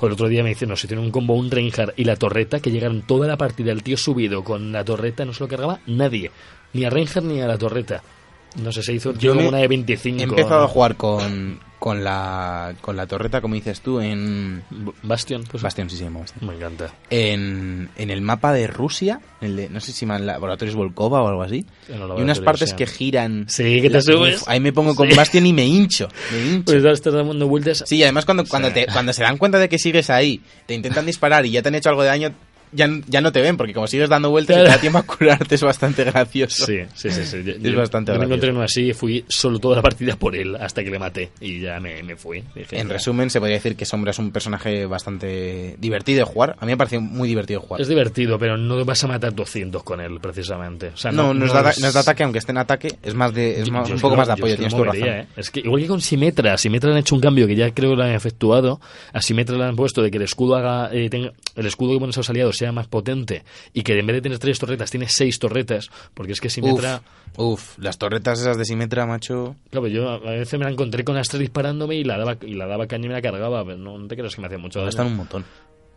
S1: O El otro día me dicen, no, si tiene un combo un Reinhardt y la torreta, que llegaron toda la partida el tío subido con la torreta, no se lo cargaba nadie. Ni a Reinhardt ni a la torreta. No sé, se hizo yo
S3: Yo me-
S1: una E de 25.
S3: He empezado
S1: ¿no?
S3: a jugar con, con, la, con la torreta, como dices tú, en...
S1: B- Bastion, pues.
S3: Bastión, sí, se llama Bastión.
S1: Me encanta.
S3: En, en el mapa de Rusia, en el de- no sé si más Laboratorios Volkova o algo así,
S1: En el
S3: y unas
S1: laboratorio,
S3: partes
S1: sí.
S3: que giran...
S1: Sí, que te
S3: La-
S1: subes.
S3: Uf, ahí me pongo con
S1: Sí.
S3: Bastión y me hincho,
S1: <laughs>
S3: me hincho.
S1: Pues ahora estás dando vueltas.
S3: Sí, y además cuando, cuando,
S1: Sí.
S3: te, cuando se dan cuenta de que sigues ahí, te intentan disparar y ya te han hecho algo de daño, ya, n- ya no te ven, porque como sigues dando vueltas y
S1: Claro.
S3: te da tiempo a curarte es bastante gracioso.
S1: Sí, sí, sí. sí. Yo, yo- yo
S3: bastante
S1: me
S3: gracioso.
S1: encontré uno así y fui solo toda la partida por él hasta que le maté. Y ya me, me fui. Dije,
S3: En
S1: ya.
S3: resumen, se podría decir que Sombra es un personaje bastante divertido de jugar. A mí me ha parecido muy divertido de jugar.
S1: Es divertido, pero no vas a matar 200 con él, precisamente. O sea,
S3: no, no, es da,
S1: es-
S3: no es de ataque, aunque esté en ataque, es más de es
S1: Yo-
S3: más-
S1: yo
S3: un
S1: es
S3: poco
S1: que
S3: más de
S1: lo- yo
S3: apoyo,
S1: es que
S3: tienes
S1: lo
S3: toda la
S1: movería,
S3: razón.
S1: ¿eh? Es que igual que con Simetra, Simetra han hecho un cambio que ya creo lo han efectuado. A Simetra le han puesto de que el escudo haga eh, tenga- el escudo que pones a los aliados sea más potente y que en vez de tener tres torretas tiene seis torretas, porque es que Simetra
S3: Uf, uf, las torretas esas de Simetra, macho.
S1: Claro, yo a a veces me la encontré con las tres disparándome y la daba y la daba caña y me la cargaba, pero no, no te creas que me hacía mucho daño.
S3: Están un montón.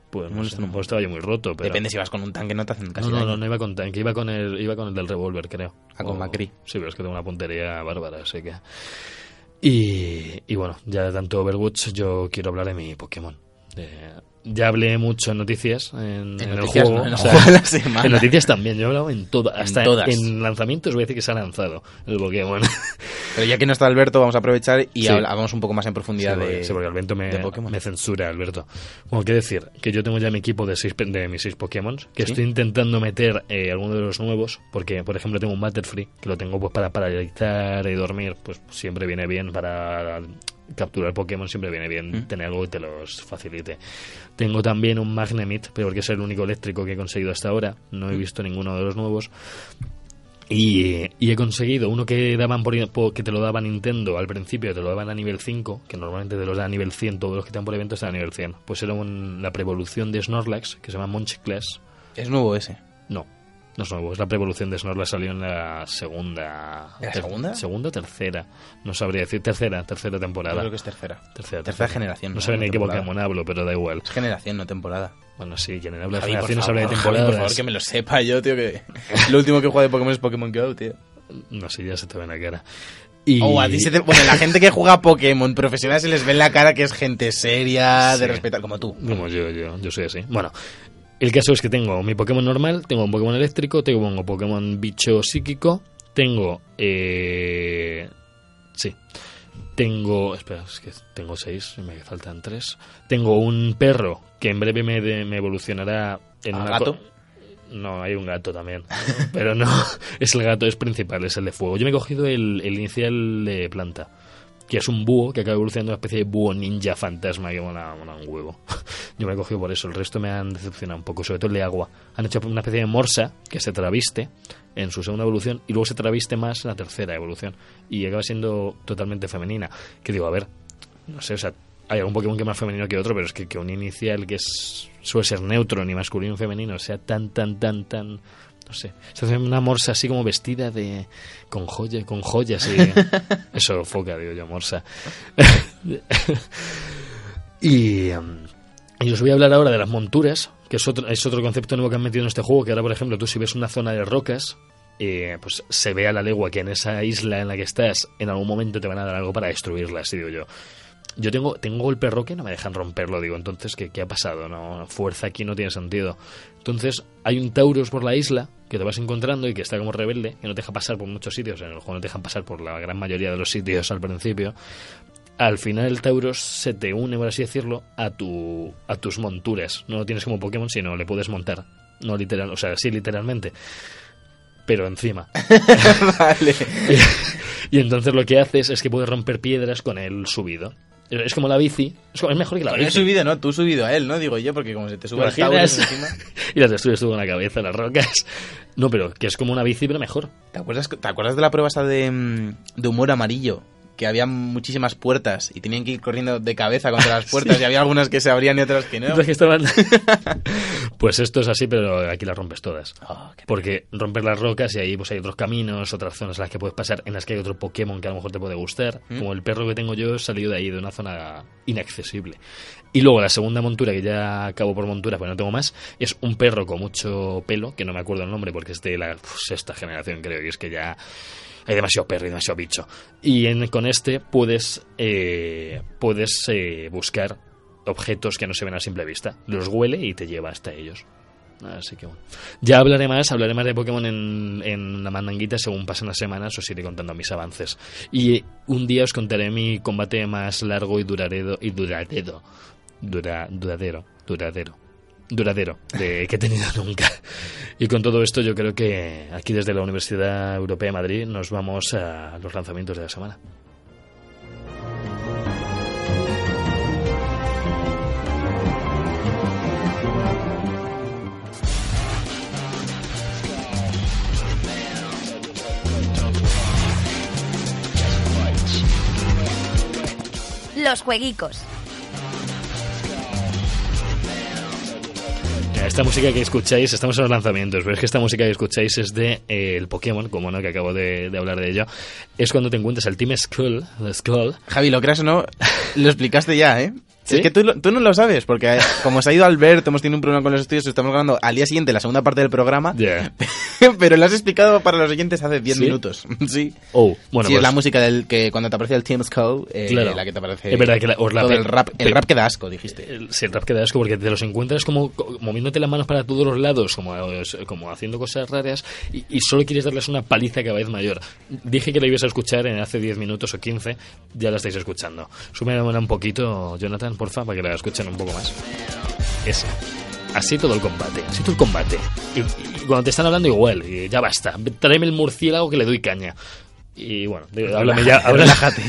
S1: Pues no sé,
S3: molestan un
S1: pues estaba yo muy roto, pero
S3: Depende si vas con un tanque, no te hacen casi
S1: no, no,
S3: daño.
S1: no, no iba con tanque, iba con el, iba con el del revólver, creo.
S3: Ah, con Macri.
S1: Sí, pero es que tengo una puntería bárbara, así que. Y, y bueno, ya de tanto Overwatch, yo quiero hablar de mi Pokémon. Eh, ya hablé mucho en noticias, en, en
S3: noticias,
S1: el juego.
S3: no, en el <laughs>
S1: o sea,
S3: juego de la semana.
S1: en noticias también, yo he hablado en todas. Hasta en,
S3: todas.
S1: lanzamientos voy a decir que se ha lanzado el Pokémon.
S3: Pero ya que no está Alberto, vamos a aprovechar y
S1: Sí.
S3: hablamos un poco más en profundidad
S1: Sí, porque,
S3: de.
S1: sí, porque Alberto me,
S3: de Pokémon.
S1: me censura, Alberto. Bueno, qué decir, que yo tengo ya mi equipo de, seis, pe- de mis seis Pokémon, que
S3: Sí.
S1: estoy intentando meter eh, alguno de los nuevos, porque, por ejemplo, tengo un Butterfree, que lo tengo pues para paralizar y dormir, pues siempre viene bien para capturar Pokémon, siempre viene bien
S3: ¿Mm?
S1: tener algo que te los facilite. Tengo también un Magnemite, pero porque es el único eléctrico que he conseguido hasta ahora, no
S3: ¿Mm?
S1: he visto ninguno de los nuevos. Y, y he conseguido uno que daban por, por- que te lo daba Nintendo al principio, te lo daban a nivel 5, que normalmente te los da a nivel 100, todos los que están por evento están a nivel 100. Pues era un- la prevolución de Snorlax, que se llama Class
S3: Es nuevo ese.
S1: No, no es nuevo, es la prevolución de Snorlax, salió en la segunda...
S3: ¿En la
S1: ter-
S3: segunda?
S1: Segunda o tercera, no sabría decir, tercera, tercera temporada.
S3: Yo creo que es tercera.
S1: Tercera,
S3: tercera generación,
S1: No
S3: ¿no?
S1: saben
S3: No
S1: ni de qué
S3: temporada.
S1: Pokémon hablo, pero da igual.
S3: Es generación, no temporada.
S1: Bueno, sí, quien habla de
S3: Javi, por
S1: generaciones habla de
S3: favor, Javi,
S1: temporadas.
S3: por favor, que me lo sepa yo, tío. Que lo último que he jugado de Pokémon es Pokémon Go, tío.
S1: No sé, ya se te ve en la cara. Y...
S3: O Oh, a ti se te- Bueno, la gente que juega a Pokémon profesional se les ve en la cara que es gente seria, de
S1: Sí.
S3: respetar, como tú.
S1: Como yo, yo, yo soy así. Bueno, el caso es que tengo mi Pokémon normal, tengo un Pokémon eléctrico, tengo un Pokémon bicho psíquico, tengo... Eh... Sí. Tengo... Espera, es que tengo seis, y me faltan tres. Tengo un perro que en breve me, de- me evolucionará en
S3: ¿A
S1: una
S3: gato?
S1: co- No, hay un gato también. <laughs> Pero no, es el gato, es principal, es el de fuego. Yo me he cogido el, el inicial de planta, que es un búho que acaba evolucionando en una especie de búho ninja fantasma que mola, mola un huevo. <laughs> Yo me he cogido por eso, el resto me han decepcionado un poco, sobre todo el de agua. Han hecho una especie de morsa que se traviste en su segunda evolución y luego se traviste más en la tercera evolución y acaba siendo totalmente femenina. Que digo, a ver, no sé, o sea, hay algún Pokémon que es más femenino que otro, pero es que, que un inicial que es, suele ser neutro, ni masculino ni femenino, sea tan, tan, tan, tan. No sé. Se hace una morsa así como vestida de. con joya, con joyas y. Eso foca, digo yo, morsa. <laughs> y. em, y os voy a hablar ahora de las monturas, que es otro, es otro concepto nuevo que han metido en este juego, que ahora, por ejemplo, tú si ves una zona de rocas, eh, pues se ve a la legua que en esa isla en la que estás, en algún momento te van a dar algo para destruirla, así digo yo. Yo tengo, tengo golpe roque, no me dejan romperlo, digo, entonces, ¿qué, qué ha pasado? No, fuerza aquí no tiene sentido. Entonces, hay un Taurus por la isla que te vas encontrando y que está como rebelde, que no te deja pasar por muchos sitios, en el juego no te dejan pasar por la gran mayoría de los sitios al principio al final el Tauros se te une, por así decirlo, a, tu, a tus monturas. No lo tienes como Pokémon, sino le puedes montar. No literal, o sea, sí literalmente. Pero encima.
S3: vale.
S1: <laughs> Y entonces lo que haces es que puedes romper piedras con el subido. Es como la bici. Es, como- es mejor que la
S3: Pero he
S1: bici.
S3: subido, no, tú has subido a él, ¿no? Digo yo, porque como se te sube el
S1: ¿Te imaginas?
S3: Taurus encima.
S1: <laughs> y las destruyes tú con la cabeza, las rocas. No, pero que es como una bici, pero mejor.
S3: ¿Te acuerdas, ¿Te acuerdas de la prueba esa de, mm, de humor amarillo? Que había muchísimas puertas y tenían que ir corriendo de cabeza contra
S1: <laughs>
S3: las puertas y había algunas que se abrían y otras que no.
S1: Entonces, que estaban- <laughs> pues esto es así, pero aquí las rompes todas.
S3: Oh, qué-
S1: Porque romper las rocas y ahí pues hay otros caminos, otras zonas en las que puedes pasar, en las que hay otro Pokémon que a lo mejor te puede gustar. Como el perro que tengo yo salió de ahí, de una zona inaccesible. Y luego la segunda montura, que ya acabo por montura, pues no tengo más, es un perro con mucho pelo, que no me acuerdo el nombre porque es de la uf, sexta generación creo, y es que ya hay demasiado perro y demasiado bicho. Y en- con este puedes, eh, puedes eh, buscar objetos que no se ven a simple vista. Los huele y te lleva hasta ellos. Así que bueno. Ya hablaré más, hablaré más de Pokémon en, en la mandanguita según pasen las semanas, os iré contando mis avances. Y eh, un día os contaré mi combate más largo y duradero y duradero. Dura, duradero, duradero. Duradero de, que he tenido nunca. Y con todo esto, yo creo que aquí desde la Universidad Europea de Madrid nos vamos a los lanzamientos de la semana.
S4: Los jueguicos.
S1: Esta música que escucháis, estamos en los lanzamientos, pero es que esta música que escucháis es de eh, el Pokémon, como no, que acabo de, de hablar de ello. Es cuando te encuentras al Team Skull, el Skull.
S3: Javi, lo creas o no, lo explicaste
S1: <laughs>
S3: ya, ¿eh?
S1: ¿Sí?
S3: Es que tú, lo- tú no lo sabes, porque eh, como se ha ido Alberto, hemos tenido un problema con los estudios, estamos grabando al día siguiente la segunda parte del programa,
S1: Yeah.
S3: <laughs> pero lo has explicado para los oyentes hace 10
S1: ¿Sí?
S3: minutos. <laughs> sí.
S1: Oh, bueno,
S3: sí,
S1: pues,
S3: es la música del que cuando te aparece el Team Code, eh,
S1: Claro.
S3: la que te aparece.
S1: Es verdad que la- os la-
S3: todo el rap, el
S1: pe-
S3: rap que da asco, dijiste.
S1: el- sí, el rap que da asco porque te los encuentras como co- moviéndote las manos para todos los lados, como, como haciendo cosas raras y, y solo quieres darles una paliza cada vez mayor. Dije que la ibas a escuchar en hace 10 minutos o 15, ya la estáis escuchando. Súmela un poquito, Jonathan, porfa, para que la escuchen un poco más. Esa. Así todo el combate, así todo el combate. Y, y cuando te están hablando igual, y ya basta. Tráeme el murciélago que le doy caña. Y bueno, digo, háblame ya, <laughs> relájate.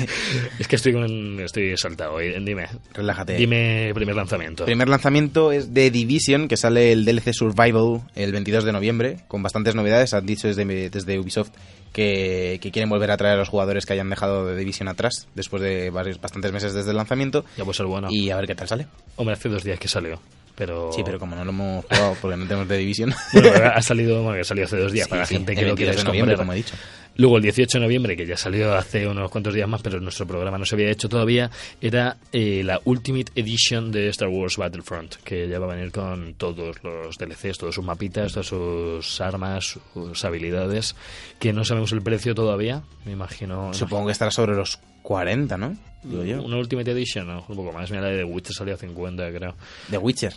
S1: Es que estoy con- estoy saltado. hoy. Dime,
S3: Relájate.
S1: Dime primer lanzamiento.
S3: Primer lanzamiento es The Division, que sale el DLC Survival el 22 de noviembre, con bastantes novedades. Han dicho desde, desde Ubisoft que, que quieren volver a traer a los jugadores que hayan dejado The Division atrás después de varios, bastantes meses desde el lanzamiento.
S1: Ya puede ser bueno.
S3: Y a ver qué tal sale.
S1: Hombre, hace dos días que salió. Pero...
S3: Sí, pero como no lo hemos jugado
S1: <laughs>
S3: porque no tenemos The Division.
S1: Bueno, ha salido, bueno, que salió hace dos días
S3: <laughs> Sí,
S1: para la
S3: sí,
S1: gente
S3: el
S1: que lo
S3: 22
S1: quiere
S3: de noviembre,
S1: comprar.
S3: como he dicho.
S1: Luego el 18 de noviembre, que ya salió hace unos cuantos días más, pero nuestro programa no se había hecho todavía, era eh, la Ultimate Edition de Star Wars Battlefront, que ya va a venir con todos los DLCs, todos sus mapitas, todas sus armas, sus habilidades, que no sabemos el precio todavía, me imagino.
S3: Supongo que estará sobre los 40, ¿no? Digo yo.
S1: Una Ultimate Edition, a lo mejor un poco más. Mira, la de The Witcher salió a 50, creo.
S3: The Witcher.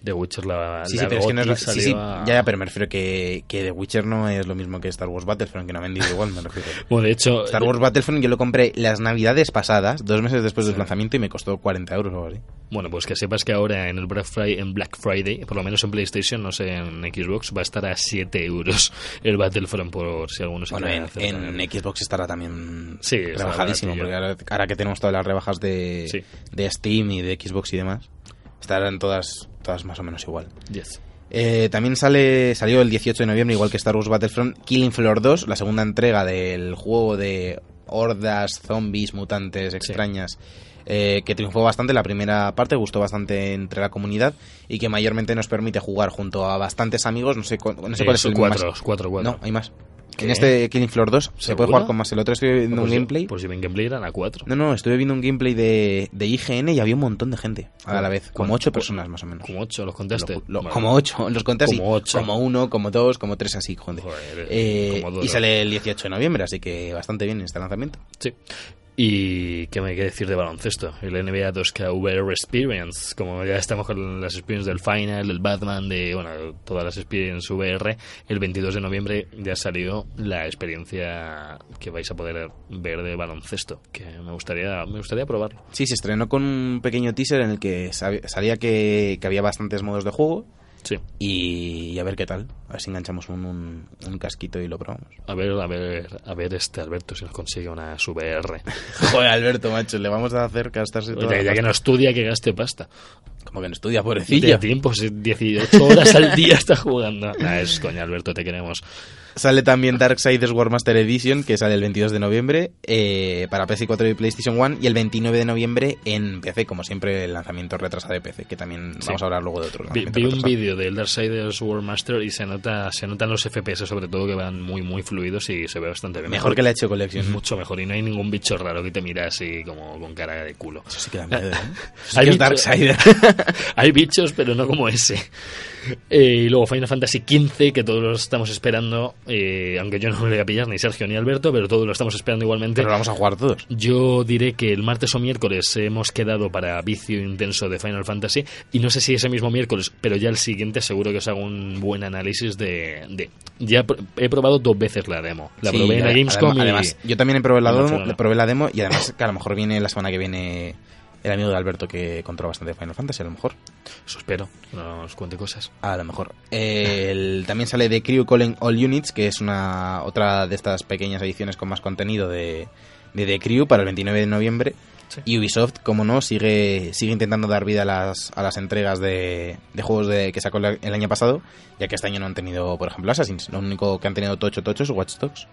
S1: The Witcher la
S3: Sí,
S1: la
S3: sí, pero es que no es
S1: GOTY
S3: la- sí, sí,
S1: salió a-
S3: ya, ya, pero me refiero que, que The Witcher no es lo mismo que Star Wars Battlefront, que no ha vendido igual, me refiero.
S1: Bueno, de hecho,
S3: Star Wars Battlefront yo lo compré las navidades pasadas, dos meses después del lanzamiento, y me costó 40 euros o algo así.
S1: bueno, pues que sepas que ahora en el Black Friday, en Black Friday, por lo menos en PlayStation, no sé, en Xbox, va a estar a 7 euros el Battlefront por si alguno se
S3: Pues Bueno,
S1: quiere
S3: en,
S1: hacer también.
S3: en Xbox estará también
S1: Sí, estará
S3: rebajadísimo,
S1: baratillo.
S3: porque ahora, ahora que tenemos todas las rebajas de,
S1: Sí.
S3: de Steam y de Xbox y demás, estarán todas, todas más o menos igual.
S1: Yes.
S3: Eh, también sale salió el 18 de noviembre, igual que Star Wars Battlefront, Killing Floor 2, la segunda entrega del juego de hordas, zombies, mutantes extrañas, eh, que triunfó bastante la primera parte, gustó bastante entre la comunidad y que mayormente nos permite jugar junto a bastantes amigos. No sé, cu- no sé
S1: Eh,
S3: cuál es
S1: son
S3: el
S1: cuatro,
S3: más.
S1: cuatro, cuatro.
S3: No, hay más.
S1: ¿Qué?
S3: En este Killing Floor 2 se
S1: ¿Seguro?
S3: puede jugar con más. El otro estuve viendo
S1: Pues
S3: un
S1: yo-
S3: gameplay.
S1: Pues si ven gameplay eran a 4.
S3: No, no, estuve viendo un gameplay de, de IGN y había un montón de gente a la vez,
S1: ¿Cuán-
S3: como ocho
S1: cu-
S3: personas más o menos.
S1: Como 8, los contaste.
S3: Lo- lo-
S1: Vale.
S3: Este, Como ocho, los conté así.
S1: Como ocho.
S3: Como uno, como dos, como tres, así, joder.
S1: Joder,
S3: Eh,
S1: como duro.
S3: y sale el 18 de noviembre, así que bastante bien este lanzamiento.
S1: Sí. ¿Y qué me hay que decir de baloncesto? El NBA 2K VR Experience, como ya estamos con las experiences del Final, del Batman, de bueno, todas las experiences VR, el 22 de noviembre ya salió la experiencia que vais a poder ver de baloncesto, que me gustaría me gustaría probarlo.
S3: Sí, se estrenó con un pequeño teaser en el que sabe- salía que, que había bastantes modos de juego
S1: Sí.
S3: y, y a ver qué tal. A ver si enganchamos un, un- un casquito y lo probamos. <laughs>
S1: A ver, a ver, a ver este Alberto si nos consigue una VR.
S3: Joder, Alberto, macho, le vamos a hacer gastarse toda
S1: Ya,
S3: la
S1: ya que
S3: pasta.
S1: no estudia que gaste pasta.
S3: Como que no estudia,
S1: De
S3: pobrecillo.
S1: tiempo, si 18 horas al día está jugando. <laughs> Nah, es coña, Alberto, te queremos.
S3: Sale también Darksiders War Master Edition, que sale el 22 de noviembre eh, para PS4 y PlayStation 1, y el 29 de noviembre en PC, como siempre, el lanzamiento retrasado de PC, que también vamos a hablar luego de otro.
S1: Vi,
S3: lanzamiento
S1: vi un
S3: retrasado.
S1: vídeo del Darksiders World Master y se nota se notan los FPS sobre todo que van muy muy fluidos y se ve bastante bien.
S3: Mejor que la hecho Collection.
S1: mucho mejor y no hay ningún bicho raro que te mira así como con cara de culo.
S3: Eso sí que da miedo, ¿eh? Eso sí
S1: Hay
S3: que es
S1: bicho-
S3: Darksiders.
S1: <laughs> Hay bichos, pero no como ese. Eh, y luego Final Fantasy XV, que todos lo estamos esperando, eh, aunque yo no lo voy a pillar, ni Sergio ni Alberto, pero todos lo estamos esperando igualmente.
S3: Pero lo vamos a jugar todos.
S1: Yo diré que el martes o miércoles hemos quedado para vicio intenso de Final Fantasy y no sé si ese mismo miércoles, pero ya el siguiente seguro que os hago un buen análisis de... de- ya pr- he probado dos veces la demo. La
S3: Sí,
S1: probé en la
S3: adem-
S1: Gamescom
S3: además,
S1: y...
S3: además, yo también he probado la,
S1: en
S3: demo,
S1: Barcelona.
S3: probé la demo y además que a lo mejor viene la semana que viene el amigo de Alberto que controla bastante Final Fantasy, a lo mejor.
S1: Eso espero, no os cuente cosas.
S3: A lo mejor. Eh, el- también sale de Crew Calling All Units, que es una otra de estas pequeñas ediciones con más contenido de, de The Crew para el 29 de noviembre.
S1: Sí.
S3: Y Ubisoft, como no, sigue, sigue intentando dar vida a las, a las entregas de, de juegos de, que sacó la- el año pasado, ya que este año no han tenido, por ejemplo, Assassin's. Lo único que han tenido tocho tocho es Watch Dogs.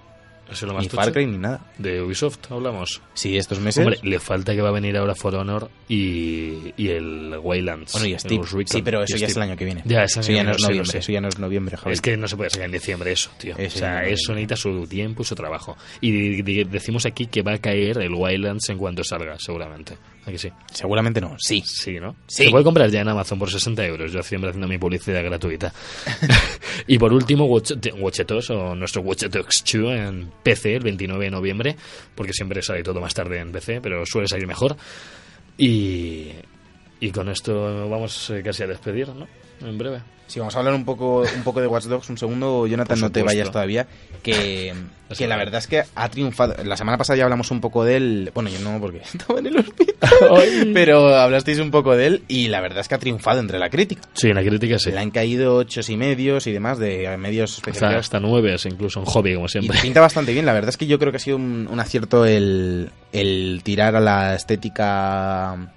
S1: Eso es lo más
S3: Ni
S1: tocho.
S3: Far Cry ni nada.
S1: De Ubisoft hablamos.
S3: Sí, estos meses.
S1: Hombre, le falta que va a venir ahora For Honor y, y el Waylands.
S3: Bueno, y
S1: el
S3: Steam.
S1: Ghost Recon.
S3: Sí, pero eso
S1: Y
S3: ya es el
S1: Steam.
S3: año que viene.
S1: Ya, es el
S3: eso
S1: año
S3: ya
S1: que
S3: no
S1: viene,
S3: es
S1: sí, lo
S3: noviembre.
S1: sé.
S3: Eso ya no es noviembre, joder.
S1: Es que no se puede sacar en diciembre eso, tío.
S3: Ese
S1: o sea,
S3: año
S1: eso necesita su tiempo y su trabajo. Y di- di- decimos aquí que va a caer el Wildlands en cuanto salga, seguramente. ¿A que sí?
S3: Seguramente no. Sí.
S1: Sí, ¿no?
S3: Sí.
S1: Se puede comprar ya en Amazon por 60 euros. Yo siempre haciendo mi publicidad gratuita. <laughs> y por último, Watch, de- Watch Dogs, o nuestro Watch Dogs 2 en PC el 29 de noviembre, porque siempre sale todo más tarde en PC, pero suele salir mejor. Y, y con esto vamos eh, casi a despedir, ¿no? En breve.
S3: Si vamos a hablar un poco, un poco de Watch Dogs, un segundo, Jonathan,
S1: Por
S3: no te
S1: supuesto.
S3: vayas todavía. Que,
S1: <laughs> Eso
S3: que la
S1: es.
S3: verdad es que ha triunfado. La semana pasada ya hablamos un poco de él. Bueno, yo no, porque <laughs> estaba en el hospital. pero hablasteis un poco de él y la verdad es que ha triunfado entre la crítica.
S1: Sí, en la crítica sí.
S3: Le han caído ochos y medios y demás de medios
S1: Hasta,
S3: especializados.
S1: hasta nueve, incluso en hobby, como
S3: Y
S1: siempre. <laughs>
S3: pinta bastante bien, la verdad es que yo creo que ha sido un, un acierto el, el tirar a la estética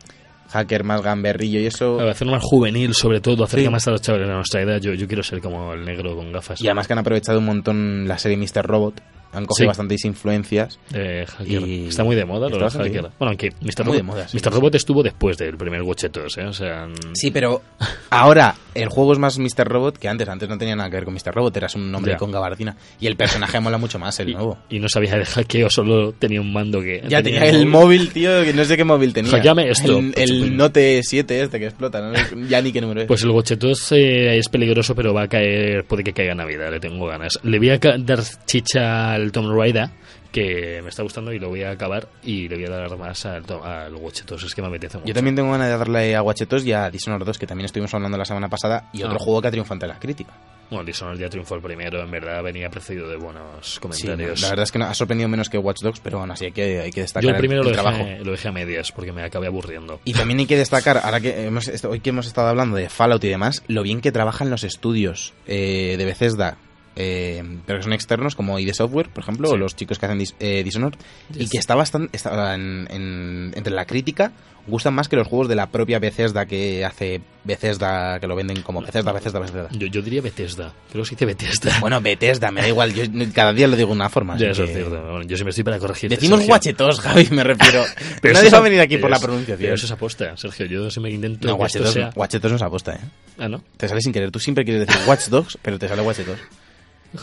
S3: hacker más gamberrillo y eso.
S1: Hacer más juvenil, sobre todo, acerca
S3: Sí.
S1: más a los chavales de nuestra edad. Yo, yo quiero ser como el negro con gafas.
S3: Y además que han aprovechado un montón la serie Mr. Robot. Han cogido
S1: Sí.
S3: bastantes influencias.
S1: Eh, hacker.
S3: Y-
S1: Está muy de moda lo
S3: Está
S1: del
S3: bastante
S1: hacker.
S3: bien.
S1: Bueno, aunque Mr.
S3: muy
S1: Robot,
S3: de moda, sí.
S1: Mr. Robot estuvo después del primer Watchetos, ¿eh? O sea, mm,
S3: Sí, pero ahora el juego es más Mr. Robot que antes. Antes no tenía nada que ver con Mr. Robot, eras un hombre
S1: Ya.
S3: con gabardina. Y el personaje mola mucho más, el
S1: y,
S3: nuevo.
S1: y no sabía de hackeo, solo tenía un mando que.
S3: Ya tenía el móvil, tío, que no sé qué móvil tenía.
S1: Hackeame esto.
S3: El, el Note 7 este que explota, no sé ya ni qué número es.
S1: Pues el Watchetos eh, es peligroso, pero va a caer. Puede que caiga Navidad, le tengo ganas. Le voy a ca- dar chicha al Tom Raider que me está gustando y lo voy a acabar. Y le voy a dar más al, Tom- al Watchetos, es que me apetece mucho.
S3: Yo también tengo ganas de darle a Guachetos y a Dishonored 2, que también estuvimos hablando la semana pasada, y otro
S1: Ah.
S3: juego que ha triunfado ante la crítica.
S1: Bueno, Dishonored ya triunfó el primero, en verdad venía precedido de buenos
S3: Sí, la
S1: comentarios.
S3: verdad es que no- ha sorprendido menos que Watch Dogs, pero aún así hay que, hay que destacar
S1: Yo el primero lo,
S3: trabajo.
S1: dejé, lo dejé a medias porque me acabé aburriendo.
S3: Y también hay que destacar, ahora que hemos, est- hoy que hemos estado hablando de Fallout y demás, lo bien que trabajan los estudios eh, de Bethesda, eh, pero que son externos, como ID Software, por ejemplo,
S1: Sí.
S3: o los chicos que hacen Dis- eh, Dishonored, y
S1: Yes.
S3: que está bastante está en- en- entre la crítica, gustan más que los juegos de la propia Bethesda que hace Bethesda, que lo venden como Bethesda, Bethesda, Bethesda.
S1: Yo, yo diría Bethesda. Creo que se dice Bethesda. <laughs>
S3: Bueno, Bethesda, me da igual, yo cada día lo digo de una forma.
S1: ya,
S3: así
S1: eso es
S3: que-
S1: cierto. Bueno, yo siempre estoy para corregir.
S3: Decimos guachetos, Javi, me refiero.
S1: <laughs> Pero
S3: Nadie
S1: eso
S3: va a
S1: es-
S3: venir aquí por
S1: pero
S3: la
S1: es-
S3: pronunciación.
S1: Pero eso es aposta, Sergio. Yo siempre intento
S3: No,
S1: que esto
S3: guachetos,
S1: sea...
S3: guachetos no es aposta, ¿eh?
S1: Ah, ¿no?
S3: Te sale sin querer. Tú siempre quieres decir Watch Dogs, pero te sale Watch Dogs.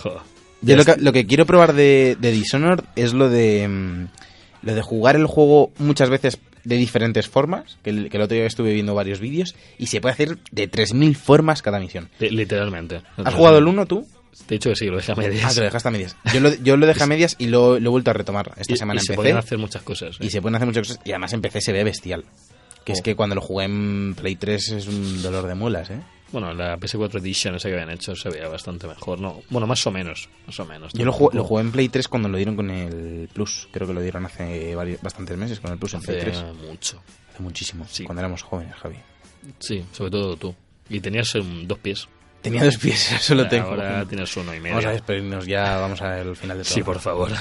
S1: Jo.
S3: Yo lo que, lo que quiero probar de, de Dishonored es lo de mm, lo de jugar el juego muchas veces de diferentes formas, que el, que el otro día estuve viendo varios vídeos, y se puede hacer de 3.000 formas cada misión.
S1: Li- Literalmente.
S3: ¿Has jugado el 1 tú?
S1: Te he dicho que sí, lo dejé a
S3: Ah,
S1: medias.
S3: que lo dejaste a medias. Yo lo, yo lo dejé a medias y lo, lo he vuelto a retomar esta
S1: Y,
S3: semana
S1: y se
S3: empecé.
S1: podían hacer muchas cosas. ¿eh?
S3: Y se pueden hacer muchas cosas. Y además empecé se ve bestial. Que es
S1: Oh.
S3: que cuando lo jugué en Play 3 es un dolor de mulas, ¿eh?
S1: Bueno, la PS4 Edition esa que habían hecho se veía bastante mejor. No, bueno, más o menos. Más o menos.
S3: Yo lo jugué, lo jugué en Play 3 cuando lo dieron con el Plus. Creo que lo dieron hace varios, bastantes meses con el Plus en Play
S1: Hace
S3: 3.
S1: mucho.
S3: Hace muchísimo.
S1: Sí.
S3: Cuando éramos jóvenes, Javi.
S1: Sí, sobre todo tú. Y tenías um, dos pies.
S3: Tenía dos pies, <laughs> ahora solo tengo.
S1: Ahora tienes uno y medio.
S3: Vamos a despedirnos ya, vamos al final de todo.
S1: Sí, por favor.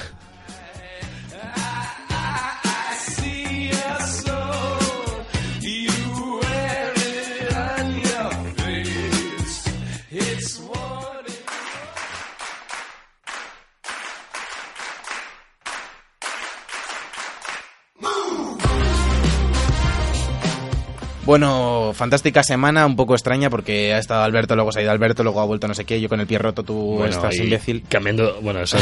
S3: Bueno, fantástica semana, un poco extraña porque ha estado Alberto, luego se ha ido Alberto, luego ha vuelto no sé qué, yo con el pie roto, tú
S1: Bueno,
S3: estás
S1: y
S3: imbécil.
S1: Cambiando, bueno,
S3: <laughs>
S1: eso,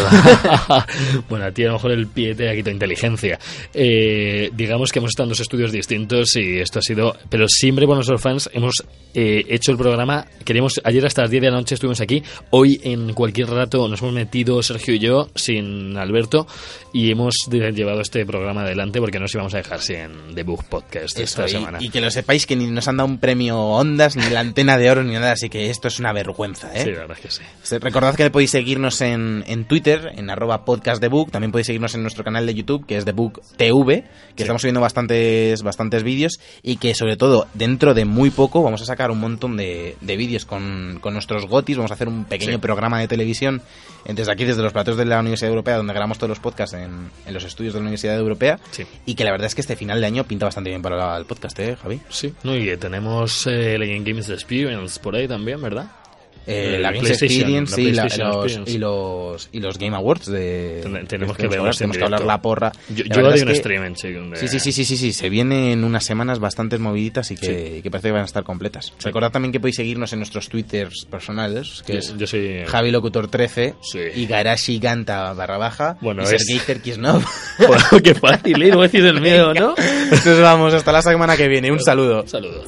S1: <laughs> bueno, a ti a lo mejor el pie te ha quitado inteligencia. Eh, digamos que hemos estado en dos estudios distintos y esto ha sido, pero siempre con nuestros fans hemos eh, hecho el programa. Queremos, ayer hasta las 10 de la noche estuvimos aquí, hoy en cualquier rato nos hemos metido Sergio y yo sin Alberto y hemos de- llevado este programa adelante porque no nos íbamos a dejar sin The Bug Podcast
S3: Eso,
S1: esta
S3: y-
S1: semana.
S3: y, que lo sepáis que ni nos han dado un premio Ondas, ni la antena de oro, ni nada, así que esto es una vergüenza, ¿eh?
S1: Sí, la verdad es que sí.
S3: Se- Recordad que podéis seguirnos en, en Twitter, en arroba podcast The Book. También podéis seguirnos en nuestro canal de YouTube, que es The Book TV, que estamos subiendo bastantes, bastantes vídeos y que sobre todo dentro de muy poco vamos a sacar un montón de, de vídeos con, con nuestros gotis. Vamos a hacer un pequeño
S1: Sí.
S3: programa de televisión eh, desde aquí, desde los platos de la Universidad Europea, donde grabamos todos los podcasts en, en los estudios de la Universidad Europea.
S1: Sí.
S3: Y que la verdad es que este final de año pinta bastante bien para la- el podcast, ¿eh, Javi?
S1: Sí, no, y eh, tenemos eh, Legend Games Experience por ahí también, ¿verdad?
S3: Eh,
S1: El
S3: la Games
S1: PlayStation,
S3: Experience,
S1: la
S3: sí, la-
S1: PlayStation
S3: los-
S1: Experience.
S3: y, los, y los Game Awards. De,
S1: Ten- tenemos que
S3: hablar,
S1: verlos en
S3: Tenemos que
S1: directo.
S3: hablar la porra.
S1: Yo,
S3: La
S1: yo
S3: verdad
S1: haré
S3: es
S1: un
S3: que-
S1: stream eh. en Chicken de-
S3: Sí, sí, sí, sí, sí, sí, se vienen unas semanas bastante moviditas y que, y que parece que van a estar completas. Recordad también que podéis seguirnos en nuestros twitters personales, que
S1: Yo-
S3: es
S1: yo soy <laughs>
S3: Javi Locutor 13
S1: Sí.
S3: y Garashi Ganta barra baja
S1: Bueno,
S3: y
S1: es-
S3: Sergei <laughs> Zerkisnov.
S1: Joder, qué fácil, ¿eh? No decís el miedo, ¿no?
S3: Entonces vamos, hasta la semana que viene. Un saludo.
S1: Saludos.